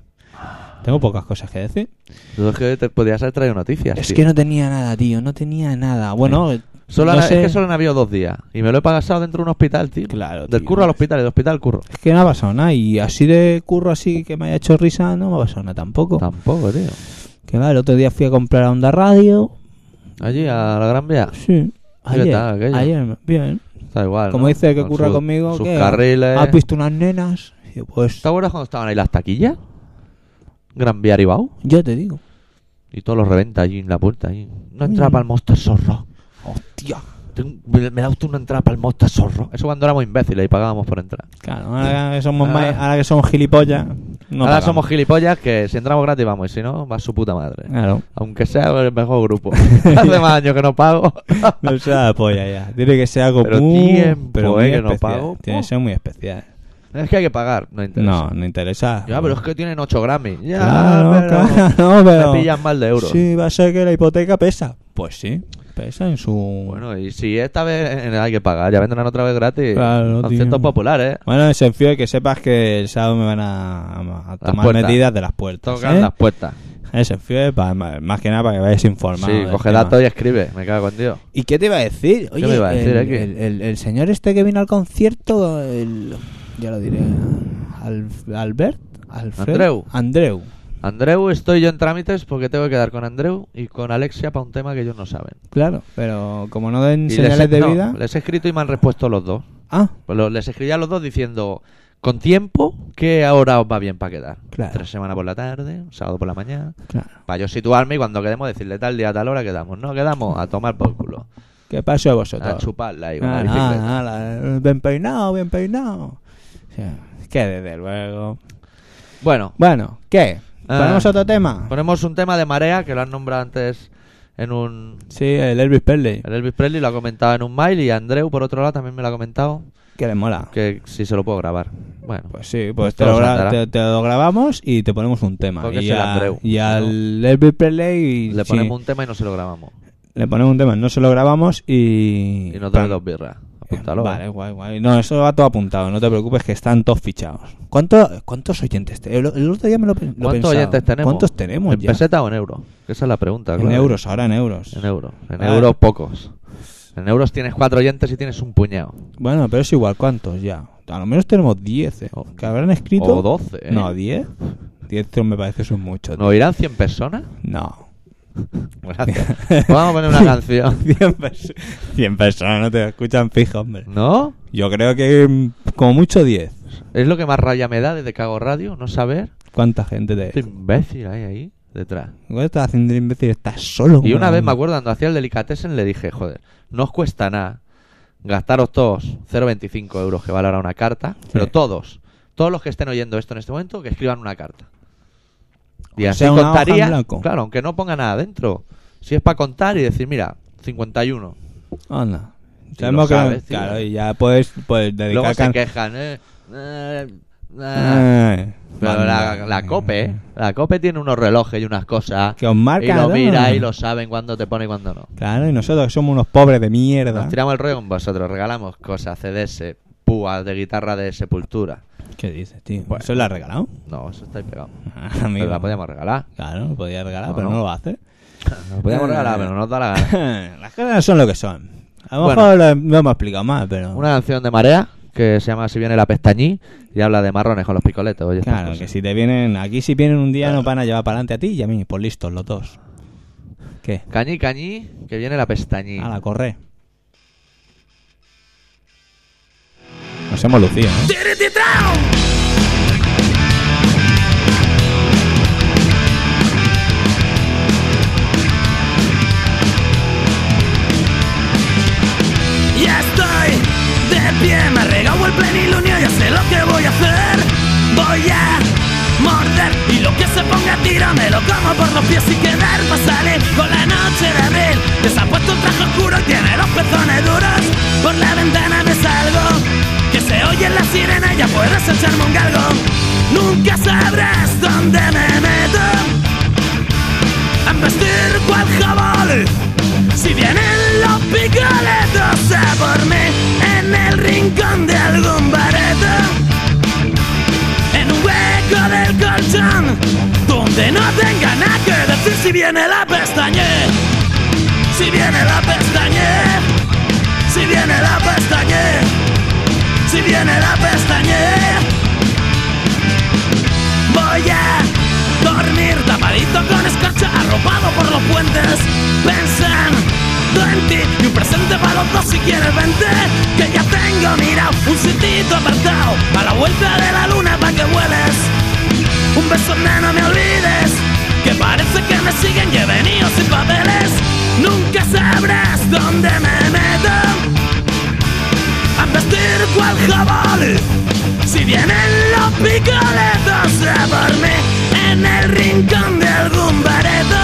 Speaker 1: Tengo pocas cosas que decir.
Speaker 2: Tú es que te podías haber traído noticias.
Speaker 1: Es
Speaker 2: tío.
Speaker 1: que no tenía nada, tío, no tenía nada. Bueno,
Speaker 2: Solo
Speaker 1: no
Speaker 2: han-
Speaker 1: sé.
Speaker 2: Es que solo han habido dos días. Y me lo he pasado dentro de un hospital, tío.
Speaker 1: Claro,
Speaker 2: Del
Speaker 1: tío.
Speaker 2: curro al hospital, y del hospital al curro.
Speaker 1: es que no ha pasado nada. Y así de curro, así que me haya hecho risa, no me ha pasado nada tampoco.
Speaker 2: Tampoco, tío.
Speaker 1: Que va, el otro día fui a comprar a Onda Radio.
Speaker 2: Allí, a la Gran Vía.
Speaker 1: Sí.
Speaker 2: ¿Qué
Speaker 1: Ayer,
Speaker 2: tal aquello?
Speaker 1: ayer, bien.
Speaker 2: Está igual.
Speaker 1: Como
Speaker 2: ¿no?
Speaker 1: dice que
Speaker 2: Con
Speaker 1: curra
Speaker 2: sus-
Speaker 1: conmigo,
Speaker 2: Sus
Speaker 1: ¿qué? Ah, pues-
Speaker 2: carriles.
Speaker 1: ¿Has visto unas nenas? Y yo, pues,
Speaker 2: ¿Te acuerdas cuando estaban ahí las taquillas? Gran Vía Aribau.
Speaker 1: yo te digo.
Speaker 2: Y todos los reventa allí en la puerta. Allí. No entraba
Speaker 1: Mm.
Speaker 2: para el Monster Zorro.
Speaker 1: Hostia.
Speaker 2: Tengo- Me me da usted una entrada para el Monster Zorro. Eso cuando éramos imbéciles y pagábamos por entrar.
Speaker 1: Claro, ahora que somos,
Speaker 2: Ah.
Speaker 1: mai- ahora que somos gilipollas. No
Speaker 2: Ahora
Speaker 1: pagamos.
Speaker 2: somos gilipollas que si entramos gratis vamos y si no, va su puta madre.
Speaker 1: Claro.
Speaker 2: Aunque sea el mejor grupo. Hace más años que no pago.
Speaker 1: No sea la polla ya. Tiene que ser algo
Speaker 2: Pero
Speaker 1: muy.
Speaker 2: tiempo,
Speaker 1: pero
Speaker 2: eh,
Speaker 1: muy
Speaker 2: que no
Speaker 1: especial.
Speaker 2: pago.
Speaker 1: Tiene que ser muy especial.
Speaker 2: es que hay que pagar, no interesa.
Speaker 1: No, no interesa.
Speaker 2: Ya, pero es que tienen 8 Grammy. Ya,
Speaker 1: Claro,
Speaker 2: pero
Speaker 1: claro, pero-
Speaker 2: Me pillan mal de euros.
Speaker 1: Sí, va a ser que la hipoteca pesa. Pues sí, pesa en su. Bueno,
Speaker 2: Bueno, eh. y si esta vez eh, hay que pagar, ya vendrán otra vez gratis.
Speaker 1: Claro,
Speaker 2: Conciertos
Speaker 1: tío.
Speaker 2: populares, ¿eh?
Speaker 1: en sentido de que sepas que el sábado me van a, a tomar
Speaker 2: puertas.
Speaker 1: medidas de las puertas.
Speaker 2: Tocan
Speaker 1: ¿eh?
Speaker 2: las puertas.
Speaker 1: En ese sentido de pa- más que nada para que vayas informado.
Speaker 2: sí,
Speaker 1: del
Speaker 2: coge
Speaker 1: tema.
Speaker 2: datos y escribe. Me cago en Dios.
Speaker 1: ¿Y qué te iba a decir? Oye,
Speaker 2: me iba a decir eh,
Speaker 1: el,
Speaker 2: aquí?
Speaker 1: el- el- el señor este que vino al concierto, el- ya lo diré, Al- Albert, Alfred,
Speaker 2: Andreu.
Speaker 1: Andreu.
Speaker 2: Andreu, estoy yo en trámites porque tengo que quedar con Andreu y con Alexia para un tema que ellos no saben.
Speaker 1: Claro, pero como no den
Speaker 2: Y
Speaker 1: señales
Speaker 2: les he-
Speaker 1: de
Speaker 2: no,
Speaker 1: vida...
Speaker 2: Les he escrito y me han respuesto los dos.
Speaker 1: Ah,
Speaker 2: Pues lo- les escribí a los dos diciendo, con tiempo, que ahora os va bien para quedar.
Speaker 1: Claro.
Speaker 2: Tres semanas por la tarde, un sábado por la mañana.
Speaker 1: claro.
Speaker 2: Para yo situarme y cuando quedemos decirle tal día, tal hora quedamos. No, quedamos a tomar por culo.
Speaker 1: ¿Qué pasó de
Speaker 2: A
Speaker 1: vosotros?
Speaker 2: chuparla ahí con la
Speaker 1: Ah,
Speaker 2: bicicleta.
Speaker 1: ah, la- bien peinado, bien peinado. O sea, es que desde luego...
Speaker 2: Bueno,
Speaker 1: Bueno, ¿qué?
Speaker 2: Ah.
Speaker 1: ¿Ponemos otro tema?
Speaker 2: ponemos un tema de marea que lo han nombrado antes en un...
Speaker 1: Sí, el Elvis Presley,
Speaker 2: El Elvis Presley lo ha comentado en un mail y Andreu, por otro lado, también me lo ha comentado.
Speaker 1: que le mola.
Speaker 2: Que si se lo puedo grabar. Bueno,
Speaker 1: Pues sí, pues te
Speaker 2: Te
Speaker 1: lo,
Speaker 2: lo
Speaker 1: gra-
Speaker 2: mandará.
Speaker 1: te- te lo grabamos y te ponemos un tema.
Speaker 2: Porque
Speaker 1: y,
Speaker 2: es el
Speaker 1: a-
Speaker 2: Andreu,
Speaker 1: y
Speaker 2: ¿no?
Speaker 1: al Elvis Presley y
Speaker 2: le
Speaker 1: sí,
Speaker 2: ponemos un tema y no se lo grabamos.
Speaker 1: le ponemos un tema, no se lo grabamos y...
Speaker 2: Y nos
Speaker 1: Plan.
Speaker 2: dan dos birras. Apúntalo. ¿eh?
Speaker 1: Vale, guay, guay. No, eso va todo apuntado, no te preocupes que están todos fichados. ¿Cuánto, ¿Cuántos oyentes tenemos? El, el otro día me lo, pe- lo
Speaker 2: ¿Cuántos
Speaker 1: pensaba.
Speaker 2: oyentes tenemos?
Speaker 1: ¿Cuántos tenemos
Speaker 2: ¿En
Speaker 1: ya?
Speaker 2: peseta o en euros? Esa es la pregunta,
Speaker 1: En
Speaker 2: claro.
Speaker 1: euros, ahora en euros.
Speaker 2: En euros. En
Speaker 1: Ah.
Speaker 2: euros pocos. En euros tienes cuatro oyentes y tienes un puñado.
Speaker 1: Bueno, pero es igual, ¿cuántos ya? A lo menos tenemos 10, eh,
Speaker 2: O-
Speaker 1: que habrán escrito...
Speaker 2: Oh. O doce. ¿eh?
Speaker 1: No, 10. 10 tío, me parece son muchos.
Speaker 2: ¿Nos irán 100 personas?
Speaker 1: no.
Speaker 2: Gracias. Vamos a poner una canción.
Speaker 1: 100, perso- 100 personas no te escuchan fijo, hombre.
Speaker 2: ¿No?
Speaker 1: Yo creo que mm, como mucho 10.
Speaker 2: Es lo que más raya me da desde que hago radio, no saber.
Speaker 1: ¿Cuánta gente te...
Speaker 2: Este imbécil ahí, ahí, detrás.
Speaker 1: ¿Cuánto estás haciendo el imbécil? Estás solo.
Speaker 2: Y
Speaker 1: como
Speaker 2: una
Speaker 1: la
Speaker 2: vez me
Speaker 1: mierda.
Speaker 2: acuerdo cuando hacía el delicatessen le dije, joder, no os cuesta nada gastaros todos 0,25 euros que vale ahora una carta, pero todos, todos los que estén oyendo esto en este momento, que escriban una carta. Y
Speaker 1: O
Speaker 2: así
Speaker 1: sea, una hoja en
Speaker 2: contaría,
Speaker 1: blanco.
Speaker 2: claro, aunque no ponga nada dentro, si es para contar y decir, mira, 51.
Speaker 1: Anda.
Speaker 2: Si
Speaker 1: Sabemos
Speaker 2: lo
Speaker 1: que-
Speaker 2: sabes, tío.
Speaker 1: claro, y ya puedes, puedes dedicar
Speaker 2: Luego se
Speaker 1: can-
Speaker 2: quejan, eh, eh, eh.
Speaker 1: Eh,
Speaker 2: Pero
Speaker 1: manda.
Speaker 2: la, la COPE, eh, la COPE tiene unos relojes y unas cosas.
Speaker 1: Que os marca,
Speaker 2: y lo
Speaker 1: ¿no?
Speaker 2: mira y lo saben cuando te pone y cuando no.
Speaker 1: Claro, y nosotros que somos unos pobres de mierda.
Speaker 2: Nos tiramos el rollo con vosotros, regalamos cosas, CDS, púas de guitarra de sepultura.
Speaker 1: ¿Qué dices, tío?
Speaker 2: Bueno.
Speaker 1: ¿Eso lo has regalado?
Speaker 2: No, eso estáis pegados.
Speaker 1: Ah,
Speaker 2: Pero
Speaker 1: amigo.
Speaker 2: la podíamos regalar.
Speaker 1: Claro, lo podías regalar,
Speaker 2: No,
Speaker 1: pero no,
Speaker 2: no.
Speaker 1: lo Eh, haces.
Speaker 2: La podíamos regalar, pero no nos da la gana.
Speaker 1: Las cosas son lo que son. A lo
Speaker 2: Bueno.
Speaker 1: mejor lo- no me he explicado más, pero...
Speaker 2: Una canción de marea que se llama Si viene la pestañí y habla de marrones con los picoletes. Oye, estas
Speaker 1: Claro,
Speaker 2: cosas.
Speaker 1: que si te vienen, aquí si vienen un día nos van a llevar para adelante a ti y a mí, pues listos los dos. ¿Qué?
Speaker 2: Cañí, cañí, que viene la pestañí.
Speaker 1: A la corre. Nos hemos lucido, ¿eh?
Speaker 4: Ya estoy de pie, me regao el plenilunio, ya sé lo que voy a hacer. Voy a morder y lo que se ponga tiro me lo como por los pies y quedar para salir con la noche de abril. Les ha puesto un traje oscuro y tiene los pezones duros. Por la ventana me salgo, que se oye la sirena, ya puedes echarme un galgo. Nunca sabrás dónde me meto. A vestir cual jabalí. Si vienen los picoletos a por mí En el rincón de algún bareto En un hueco del colchón Donde no tenga nada que decir Si viene la pestañe Si viene la pestañe Si viene la pestañe Si viene la pestañe Voy a dormir tapadito con escarcha, arropado por los puentes. Pensando en ti y un presente para los dos si quieres vente. Que ya tengo, mira, un sitito apartado a la vuelta de la luna para que vueles. Un beso, nena, me olvides. Que parece que me siguen y he venido sin papeles. Nunca sabrás dónde me meto a vestir cual jabalí. Si vienen los picoletos a por mí en el rincón de algún bareto,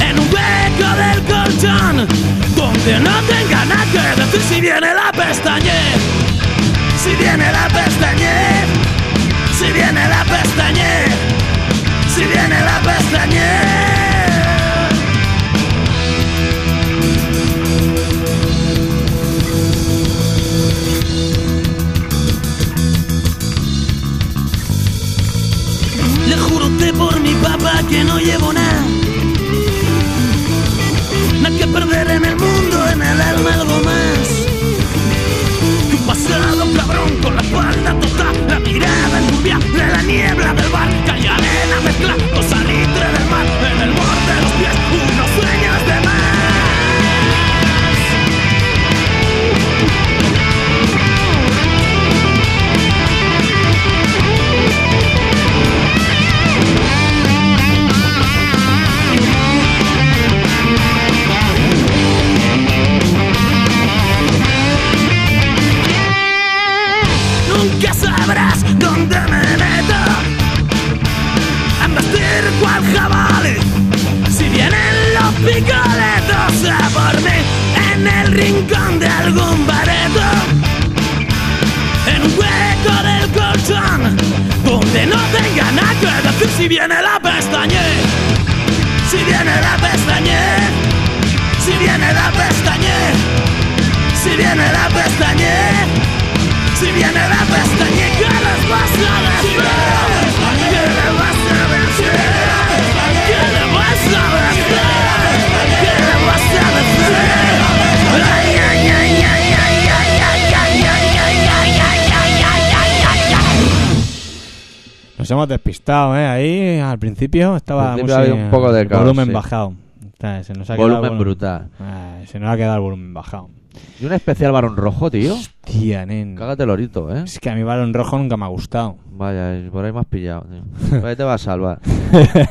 Speaker 4: en un hueco del colchón, donde no tenga nada que decir si viene la pestañe, si viene la pestañe, si viene la pestañe, si viene la pestañe. Le juré por mi papá que no llevo nada. Nada que perder en el mundo, en el alma algo más. Que un pasado cabrón con la espalda tostada, la mirada enturbia de la niebla del bar. Calle arena mezclando salitre del mar. En el borde de los pies, unos sueños de más. Nunca sabrás dónde me meto A vestir cual jabalí Si vienen los picoletos a por mí En el rincón de algún bareto En un hueco del colchón Donde no tenga nada que decir Si viene la pestañe Si viene la pestañe Si viene la pestañe Si viene la pestañe si viene la pestaña, que las vas a decir? ¿Qué le vas a decir? ¿Qué le vas a decir? ¿Qué le vas a decir? Ay, ay, ay, ay, ay, ay, ay, ay, ay, ay, ay, ay, ay, ay, ay, ay, ay.
Speaker 1: Nos hemos despistado, ¿eh? Ahí al principio estaba
Speaker 2: Al
Speaker 1: la
Speaker 2: principio había
Speaker 1: música-
Speaker 2: un poco de caos,
Speaker 1: volumen
Speaker 2: sí.
Speaker 1: bajado. Está, se nos ha quedado
Speaker 2: Volumen
Speaker 1: el
Speaker 2: brutal.
Speaker 1: Ay, se nos ha quedado el volumen bajado.
Speaker 2: Y un especial varón rojo, tío.
Speaker 1: Tía, nen.
Speaker 2: Cágate el orito, ¿eh?
Speaker 1: Es que a mi balón rojo nunca me ha gustado.
Speaker 2: Vaya, y por ahí me has pillado, tío. Por ahí te va a salvar.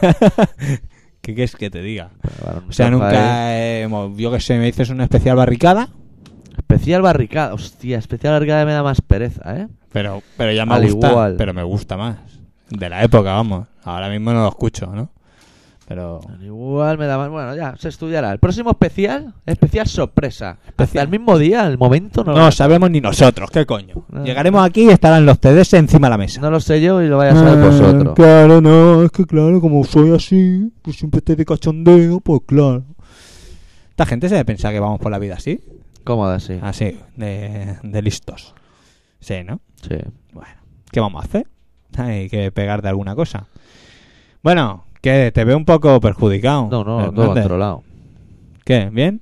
Speaker 1: ¿Qué quieres que te diga?
Speaker 2: Varón
Speaker 1: O sea,
Speaker 2: rojo ahí.
Speaker 1: nunca hemos- Yo que sé, me dices una especial barricada,
Speaker 2: Especial barricada. Hostia, especial barricada me da más pereza, ¿eh?
Speaker 1: pero, pero ya me
Speaker 2: Al
Speaker 1: gusta.
Speaker 2: igual.
Speaker 1: Pero me gusta más. De la época, vamos. Ahora mismo no lo escucho, ¿no? Pero...
Speaker 2: Al Igual me da más. Bueno, ya, se estudiará. El próximo especial, especial sorpresa. Hasta el mismo día, el momento, no,
Speaker 1: No, sabemos ni nosotros, ¿qué coño?
Speaker 2: No.
Speaker 1: Llegaremos aquí y estarán los CDs encima de la mesa.
Speaker 2: no lo sé yo y lo vaya a saber
Speaker 1: Ah,
Speaker 2: vosotros.
Speaker 1: Claro, no, es que claro, como soy así, pues siempre estoy de cachondeo, pues claro. Esta gente se piensa que vamos por la vida así,
Speaker 2: Cómoda, sí.
Speaker 1: así, de, de listos. Sí, ¿no?
Speaker 2: Sí.
Speaker 1: Bueno, ¿qué vamos a hacer? Hay que pegar de alguna cosa. Bueno, que te veo un poco perjudicado.
Speaker 2: No, no, todo
Speaker 1: Hernández.
Speaker 2: controlado.
Speaker 1: ¿Qué? ¿Bien?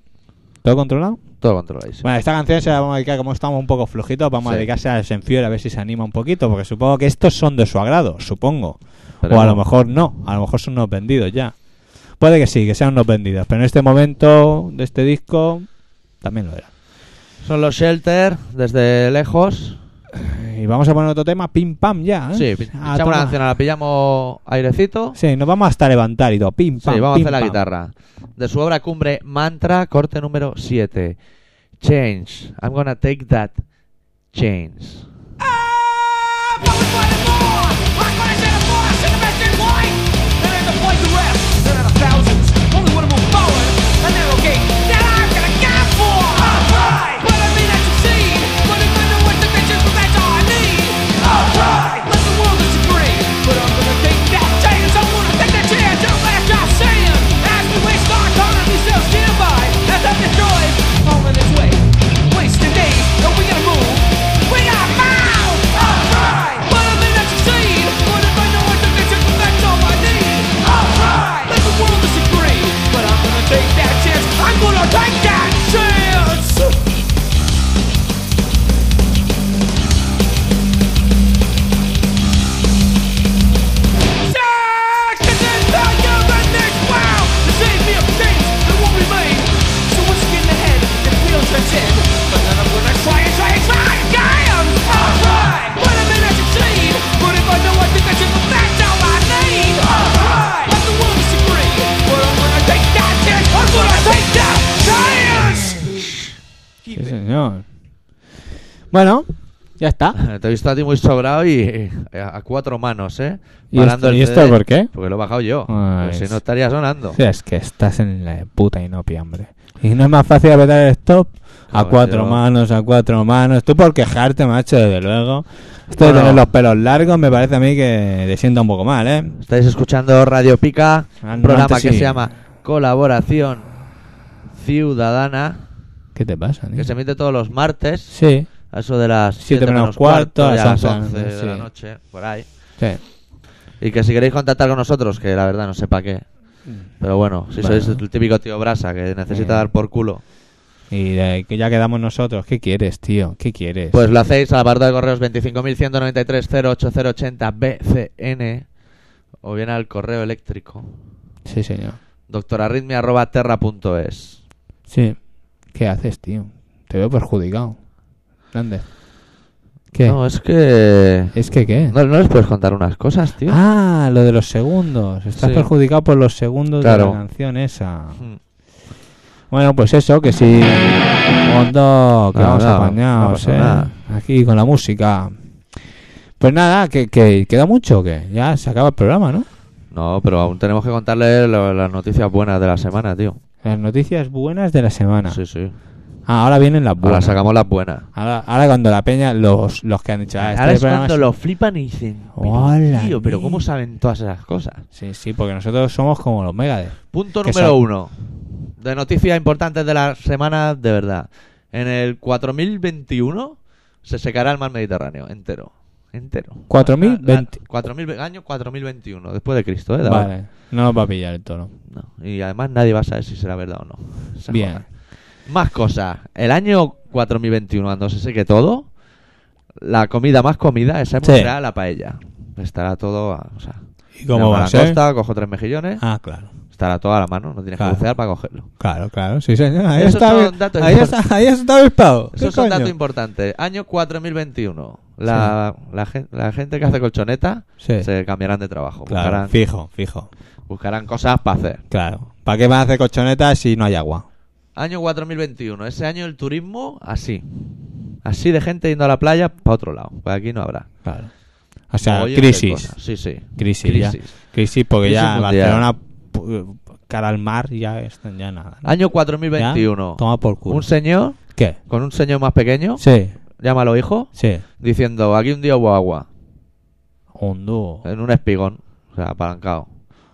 Speaker 1: ¿Todo controlado?
Speaker 2: Todo controladísimo.
Speaker 1: Bueno, esta canción se la vamos a dedicar, como estamos un poco flojitos, vamos a
Speaker 2: Sí.
Speaker 1: dedicarse a Senfior a ver si se anima un poquito, porque supongo que estos son de su agrado, supongo.
Speaker 2: Pero
Speaker 1: o a lo
Speaker 2: no.
Speaker 1: mejor no, a lo mejor son unos vendidos ya. Puede que sí, que sean unos vendidos, pero en este momento de este disco también lo era.
Speaker 2: Son los Shelter, desde lejos.
Speaker 1: Y vamos a poner otro tema, pim pam ya. ¿eh?
Speaker 2: Sí,
Speaker 1: A
Speaker 2: pin- pinchamos
Speaker 1: tomar.
Speaker 2: la canción, ahora pillamos airecito.
Speaker 1: Sí, nos vamos hasta levantar y todo, pim
Speaker 2: Sí,
Speaker 1: pam.
Speaker 2: vamos a
Speaker 1: pim,
Speaker 2: hacer la
Speaker 1: pam.
Speaker 2: guitarra. De su obra cumbre Mantra, corte número 7. Change. I'm gonna take that change.
Speaker 5: Wasting days, no, we gotta move. We are bound. Alright, but I'm in that succeed. What if I know what the vision from that's all I need? Alright, let the world disagree, but I'm gonna take that chance. I'm gonna take that chance. Take that chance!
Speaker 1: Sí, señor. Bueno, ya está.
Speaker 2: Te he visto a ti muy sobrado y eh, a cuatro manos, ¿eh?
Speaker 1: ¿Y esto- y esto
Speaker 2: CD,
Speaker 1: por qué?
Speaker 2: Porque lo he bajado yo.
Speaker 1: Ah,
Speaker 2: Pues si
Speaker 1: es-
Speaker 2: no estaría sonando.
Speaker 1: Sí, es que estás en la puta inopia, hombre. Y no es más fácil apretar el stop a
Speaker 2: Caballo.
Speaker 1: cuatro manos, a cuatro manos. Tú por quejarte, macho, desde luego. Esto de
Speaker 2: Bueno.
Speaker 1: tener los pelos largos me parece a mí que te sienta un poco mal, ¿eh?
Speaker 2: Estáis escuchando Radio Pica,
Speaker 1: Ah,
Speaker 2: un
Speaker 1: no,
Speaker 2: programa
Speaker 1: antes
Speaker 2: que
Speaker 1: sí.
Speaker 2: se llama Colaboración Ciudadana,
Speaker 1: ¿Qué te pasa,
Speaker 2: que
Speaker 1: niño?
Speaker 2: se emite todos los martes,
Speaker 1: Sí,
Speaker 2: a eso de las
Speaker 1: Siete
Speaker 2: 7
Speaker 1: menos
Speaker 2: menos cuarto,
Speaker 1: cuarto,
Speaker 2: y a las
Speaker 1: exacto,
Speaker 2: 11 de la
Speaker 1: sí.
Speaker 2: noche, por ahí.
Speaker 1: sí.
Speaker 2: Y que si queréis contactar con nosotros, que la verdad no sé para qué. Pero bueno, si
Speaker 1: Bueno.
Speaker 2: sois el típico tío brasa que necesita
Speaker 1: Eh.
Speaker 2: dar por culo,
Speaker 1: Y de que ya quedamos nosotros. ¿Qué quieres, tío? ¿Qué quieres?
Speaker 2: pues lo hacéis al apartado de correos 25.193.08080 BCN o bien al correo eléctrico
Speaker 1: Sí, señor.
Speaker 2: doctorarritmia.terra.es.
Speaker 1: Sí. ¿Qué haces, tío? Te veo perjudicado. ¿Dónde? ¿Qué?
Speaker 2: No, es que.
Speaker 1: ¿Es que qué?
Speaker 2: No, no les puedes contar unas cosas, tío.
Speaker 1: Ah, lo de los segundos. Estás
Speaker 2: Sí.
Speaker 1: perjudicado por los segundos de
Speaker 2: Claro.
Speaker 1: la canción esa.
Speaker 2: Mm.
Speaker 1: Bueno, pues eso, que sí. Hondo, que
Speaker 2: No,
Speaker 1: vamos
Speaker 2: no,
Speaker 1: apañados,
Speaker 2: no pasa
Speaker 1: eh.
Speaker 2: nada.
Speaker 1: Aquí con la música. Pues nada, que, que queda mucho, que ya se acaba el programa, ¿no?
Speaker 2: No, pero aún tenemos que contarle lo- las noticias buenas de la semana, tío.
Speaker 1: Las noticias buenas de la semana.
Speaker 2: Sí, sí.
Speaker 1: Ah, ahora vienen las
Speaker 2: Ahora
Speaker 1: buenas.
Speaker 2: sacamos las buenas.
Speaker 1: Ahora, ahora cuando la peña, los, los que han dicho, ah, este
Speaker 2: Ahora es
Speaker 1: programa
Speaker 2: cuando lo flipan y dicen: "Pero,
Speaker 1: Hola,
Speaker 2: Tío, pero
Speaker 1: ni-
Speaker 2: ¿cómo saben todas esas cosas?
Speaker 1: Sí, sí, porque nosotros somos como los Megadeth.
Speaker 2: Punto
Speaker 1: Que
Speaker 2: número
Speaker 1: sal-
Speaker 2: uno. De noticias importantes de la semana, de verdad. En el 4021 se secará el mar Mediterráneo, entero. Entero.
Speaker 1: 4020.
Speaker 2: La- la- 4000 ve- año 4021, después de Cristo, ¿eh? De ahora.
Speaker 1: Vale, no nos va a pillar el tono.
Speaker 2: No, Y además nadie va a saber si será verdad o no. Esa
Speaker 1: Bien.
Speaker 2: joda. Más cosas. El año 4021, cuando se seque todo, la comida más comida, esa
Speaker 1: Sí.
Speaker 2: será la paella. Estará todo a, o sea,
Speaker 1: ¿Y cómo
Speaker 2: llamo a
Speaker 1: va
Speaker 2: la
Speaker 1: a ser?
Speaker 2: costa, cojo tres mejillones,
Speaker 1: Ah, claro.
Speaker 2: estará toda a la mano, no tienes
Speaker 1: Claro.
Speaker 2: que bucear para cogerlo.
Speaker 1: Claro, claro, sí, señor. Ahí
Speaker 2: Esos
Speaker 1: está,
Speaker 2: son datos
Speaker 1: ahí está, ahí está avispado. ¿Qué
Speaker 2: Eso es un dato
Speaker 1: coño?
Speaker 2: importante. Año 4021. La, la, gen- la gente que hace colchoneta
Speaker 1: Sí.
Speaker 2: se cambiarán de trabajo.
Speaker 1: Claro,
Speaker 2: Buscarán,
Speaker 1: fijo, fijo.
Speaker 2: buscarán cosas para hacer.
Speaker 1: Claro. ¿Para qué van a hacer colchonetas si no hay agua?
Speaker 2: Año 4021. Ese año el turismo, así. Así de gente yendo a la playa para otro lado. Pues aquí no habrá.
Speaker 1: Claro. O sea,
Speaker 2: Mogollón de
Speaker 1: crisis.
Speaker 2: cosas. Sí, sí.
Speaker 1: Crisis,
Speaker 2: Crisis.
Speaker 1: ya. Crisis porque
Speaker 2: Crisis
Speaker 1: ya
Speaker 2: mundial.
Speaker 1: Barcelona pu- cara al mar ya, es- ya nada. ¿no?
Speaker 2: Año
Speaker 1: Ya,
Speaker 2: 4021.
Speaker 1: Toma por culo.
Speaker 2: Un señor
Speaker 1: ¿Qué?
Speaker 2: con un señor más pequeño,
Speaker 1: Sí,
Speaker 2: llámalo hijo,
Speaker 1: sí.
Speaker 2: diciendo: aquí un día hubo agua.
Speaker 1: Un dúo.
Speaker 2: En un espigón. O sea, apalancado.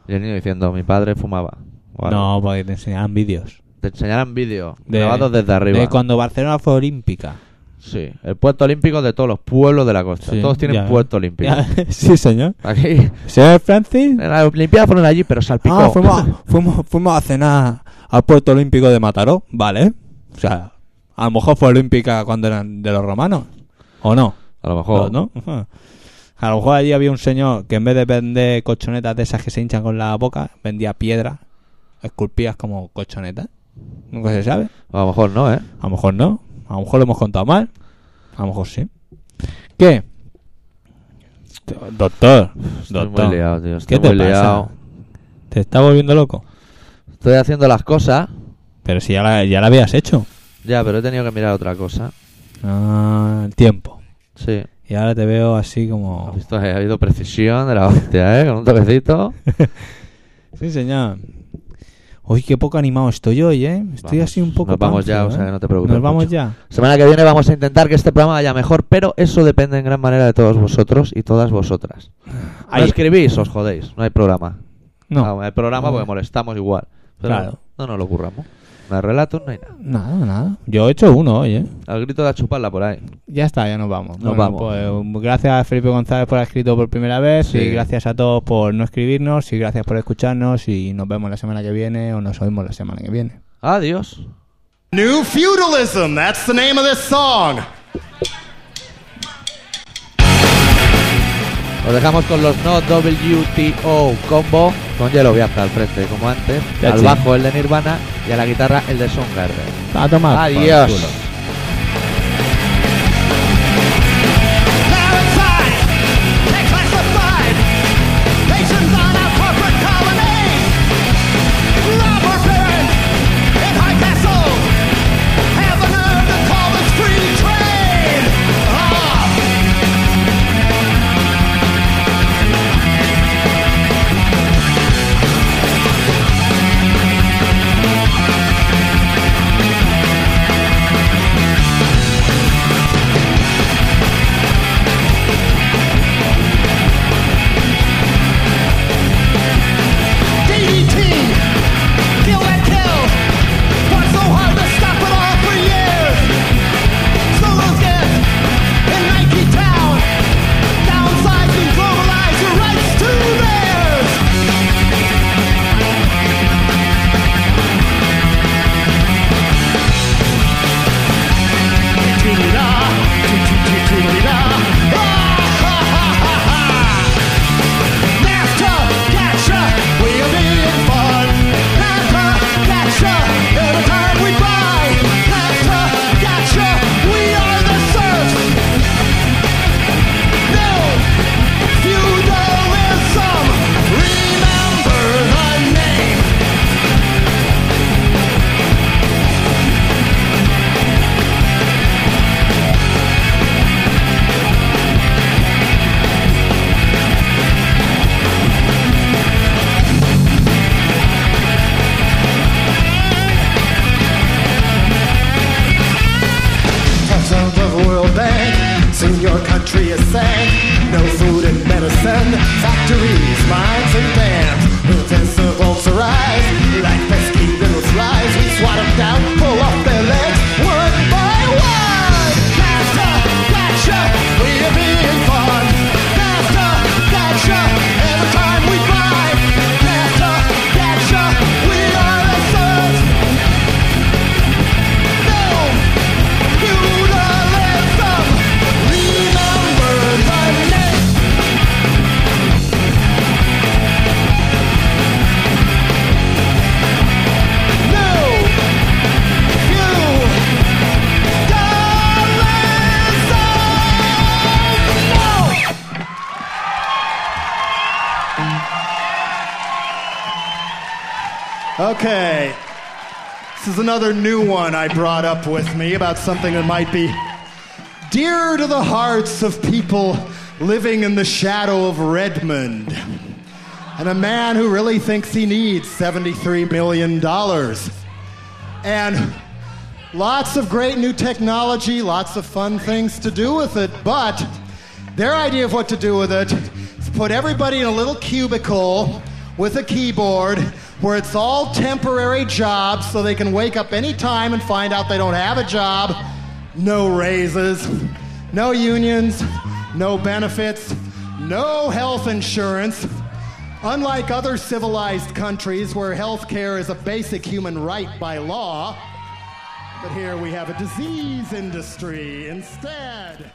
Speaker 2: Y el niño diciendo: mi padre fumaba. o algo.
Speaker 1: No, porque te enseñarán vídeos.
Speaker 2: Te enseñarán vídeos
Speaker 1: De-
Speaker 2: grabados desde arriba.
Speaker 1: De cuando Barcelona fue olímpica.
Speaker 2: Sí, el puerto olímpico de todos los pueblos de la costa.
Speaker 1: Sí,
Speaker 2: todos tienen
Speaker 1: ya.
Speaker 2: puerto olímpico.
Speaker 1: Ya, sí, señor.
Speaker 2: Aquí,
Speaker 1: Señor Francis.
Speaker 2: las Olimpiadas fueron allí, pero salpicó.
Speaker 1: Ah, fuimos, fuimos, fuimos a cenar al puerto olímpico de Mataró. Vale. O sea, A lo mejor fue olímpica cuando eran de los romanos. ¿O no?
Speaker 2: A lo mejor.
Speaker 1: ¿No? Ajá. A lo mejor allí había un señor que en vez de vender colchonetas de esas que se hinchan con la boca, vendía piedras esculpidas como colchonetas. Nunca se sabe.
Speaker 2: A lo mejor no, ¿eh?
Speaker 1: A lo mejor no. A lo mejor lo hemos contado mal. A lo mejor sí. ¿Qué? Doctor.
Speaker 2: Estoy muy
Speaker 1: Doctor.
Speaker 2: liado, tío. Estoy
Speaker 1: ¿Qué te
Speaker 2: muy
Speaker 1: pasa?
Speaker 2: liado.
Speaker 1: Te está volviendo loco.
Speaker 2: Estoy haciendo las cosas.
Speaker 1: Pero si ya la, ya la habías hecho.
Speaker 2: Ya, pero he tenido que mirar otra cosa.
Speaker 1: Ah, el tiempo.
Speaker 2: Sí.
Speaker 1: Y ahora te veo así como...
Speaker 2: Has visto, eh, ha habido precisión de la hostia, ¿eh? Con un toquecito.
Speaker 1: Sí, señor. Uy, qué poco animado estoy hoy, ¿eh? Estoy
Speaker 2: Vamos,
Speaker 1: así un poco...
Speaker 2: nos vamos ya,
Speaker 1: pánfilo,
Speaker 2: o sea,
Speaker 1: ¿eh?
Speaker 2: no te preocupes
Speaker 1: Nos vamos
Speaker 2: mucho.
Speaker 1: ya.
Speaker 2: Semana que viene vamos a intentar que este programa vaya mejor, pero eso depende en gran manera de todos vosotros y todas vosotras.
Speaker 1: Ahí.
Speaker 2: No escribís, os jodéis. No hay programa.
Speaker 1: No.
Speaker 2: Ah, hay programa porque molestamos igual. Pero
Speaker 1: Claro.
Speaker 2: no nos lo curramos. No hay relatos, no hay nada.
Speaker 1: Nada, nada. Yo he hecho uno hoy, ¿eh?
Speaker 2: Al grito de chuparla por ahí.
Speaker 1: Ya está, ya nos vamos.
Speaker 2: Nos vamos.
Speaker 1: pues, gracias a Felipe González por haber escrito por primera vez
Speaker 2: Sí.
Speaker 1: y gracias a todos por no escribirnos y gracias por escucharnos y nos vemos la semana que viene o nos oímos la semana que viene.
Speaker 2: Adiós.
Speaker 6: New Feudalism, that's the name of this song.
Speaker 2: Os dejamos con los No WTO combo con Yellow Biafra al frente, como antes.
Speaker 1: Ya,
Speaker 2: al
Speaker 1: sí.
Speaker 2: bajo el de Nirvana y a la guitarra el de Soundgarden.
Speaker 1: A tomar. por
Speaker 2: Adiós.
Speaker 1: culo.
Speaker 5: Ah. E Ah, Heads of the World Bank, soon your country is sank. No food and medicine, factories, mines and dams. Invincibles arise, like pesky little flies. We swat them down, pull off their legs, one by one. Master, Thatcher, we are being fun. Master, Thatcher, every time we cry. Master, Thatcher, we are the sons. No. Feudalism, remember the name. No feudalism, no.
Speaker 6: Okay. This is another new one I brought up with me about something that might be dear to the hearts of people living in the shadow of Redmond. And a man who really thinks he needs $73 million. And lots of great new technology, lots of fun things to do with it, but their idea of what to do with it is put everybody in a little cubicle with a keyboard where it's all temporary jobs so they can wake up any time and find out they don't have a job. No raises, no unions, no benefits, no health insurance. Unlike other civilized countries where health care is a basic human right by law, But here we have a disease industry instead.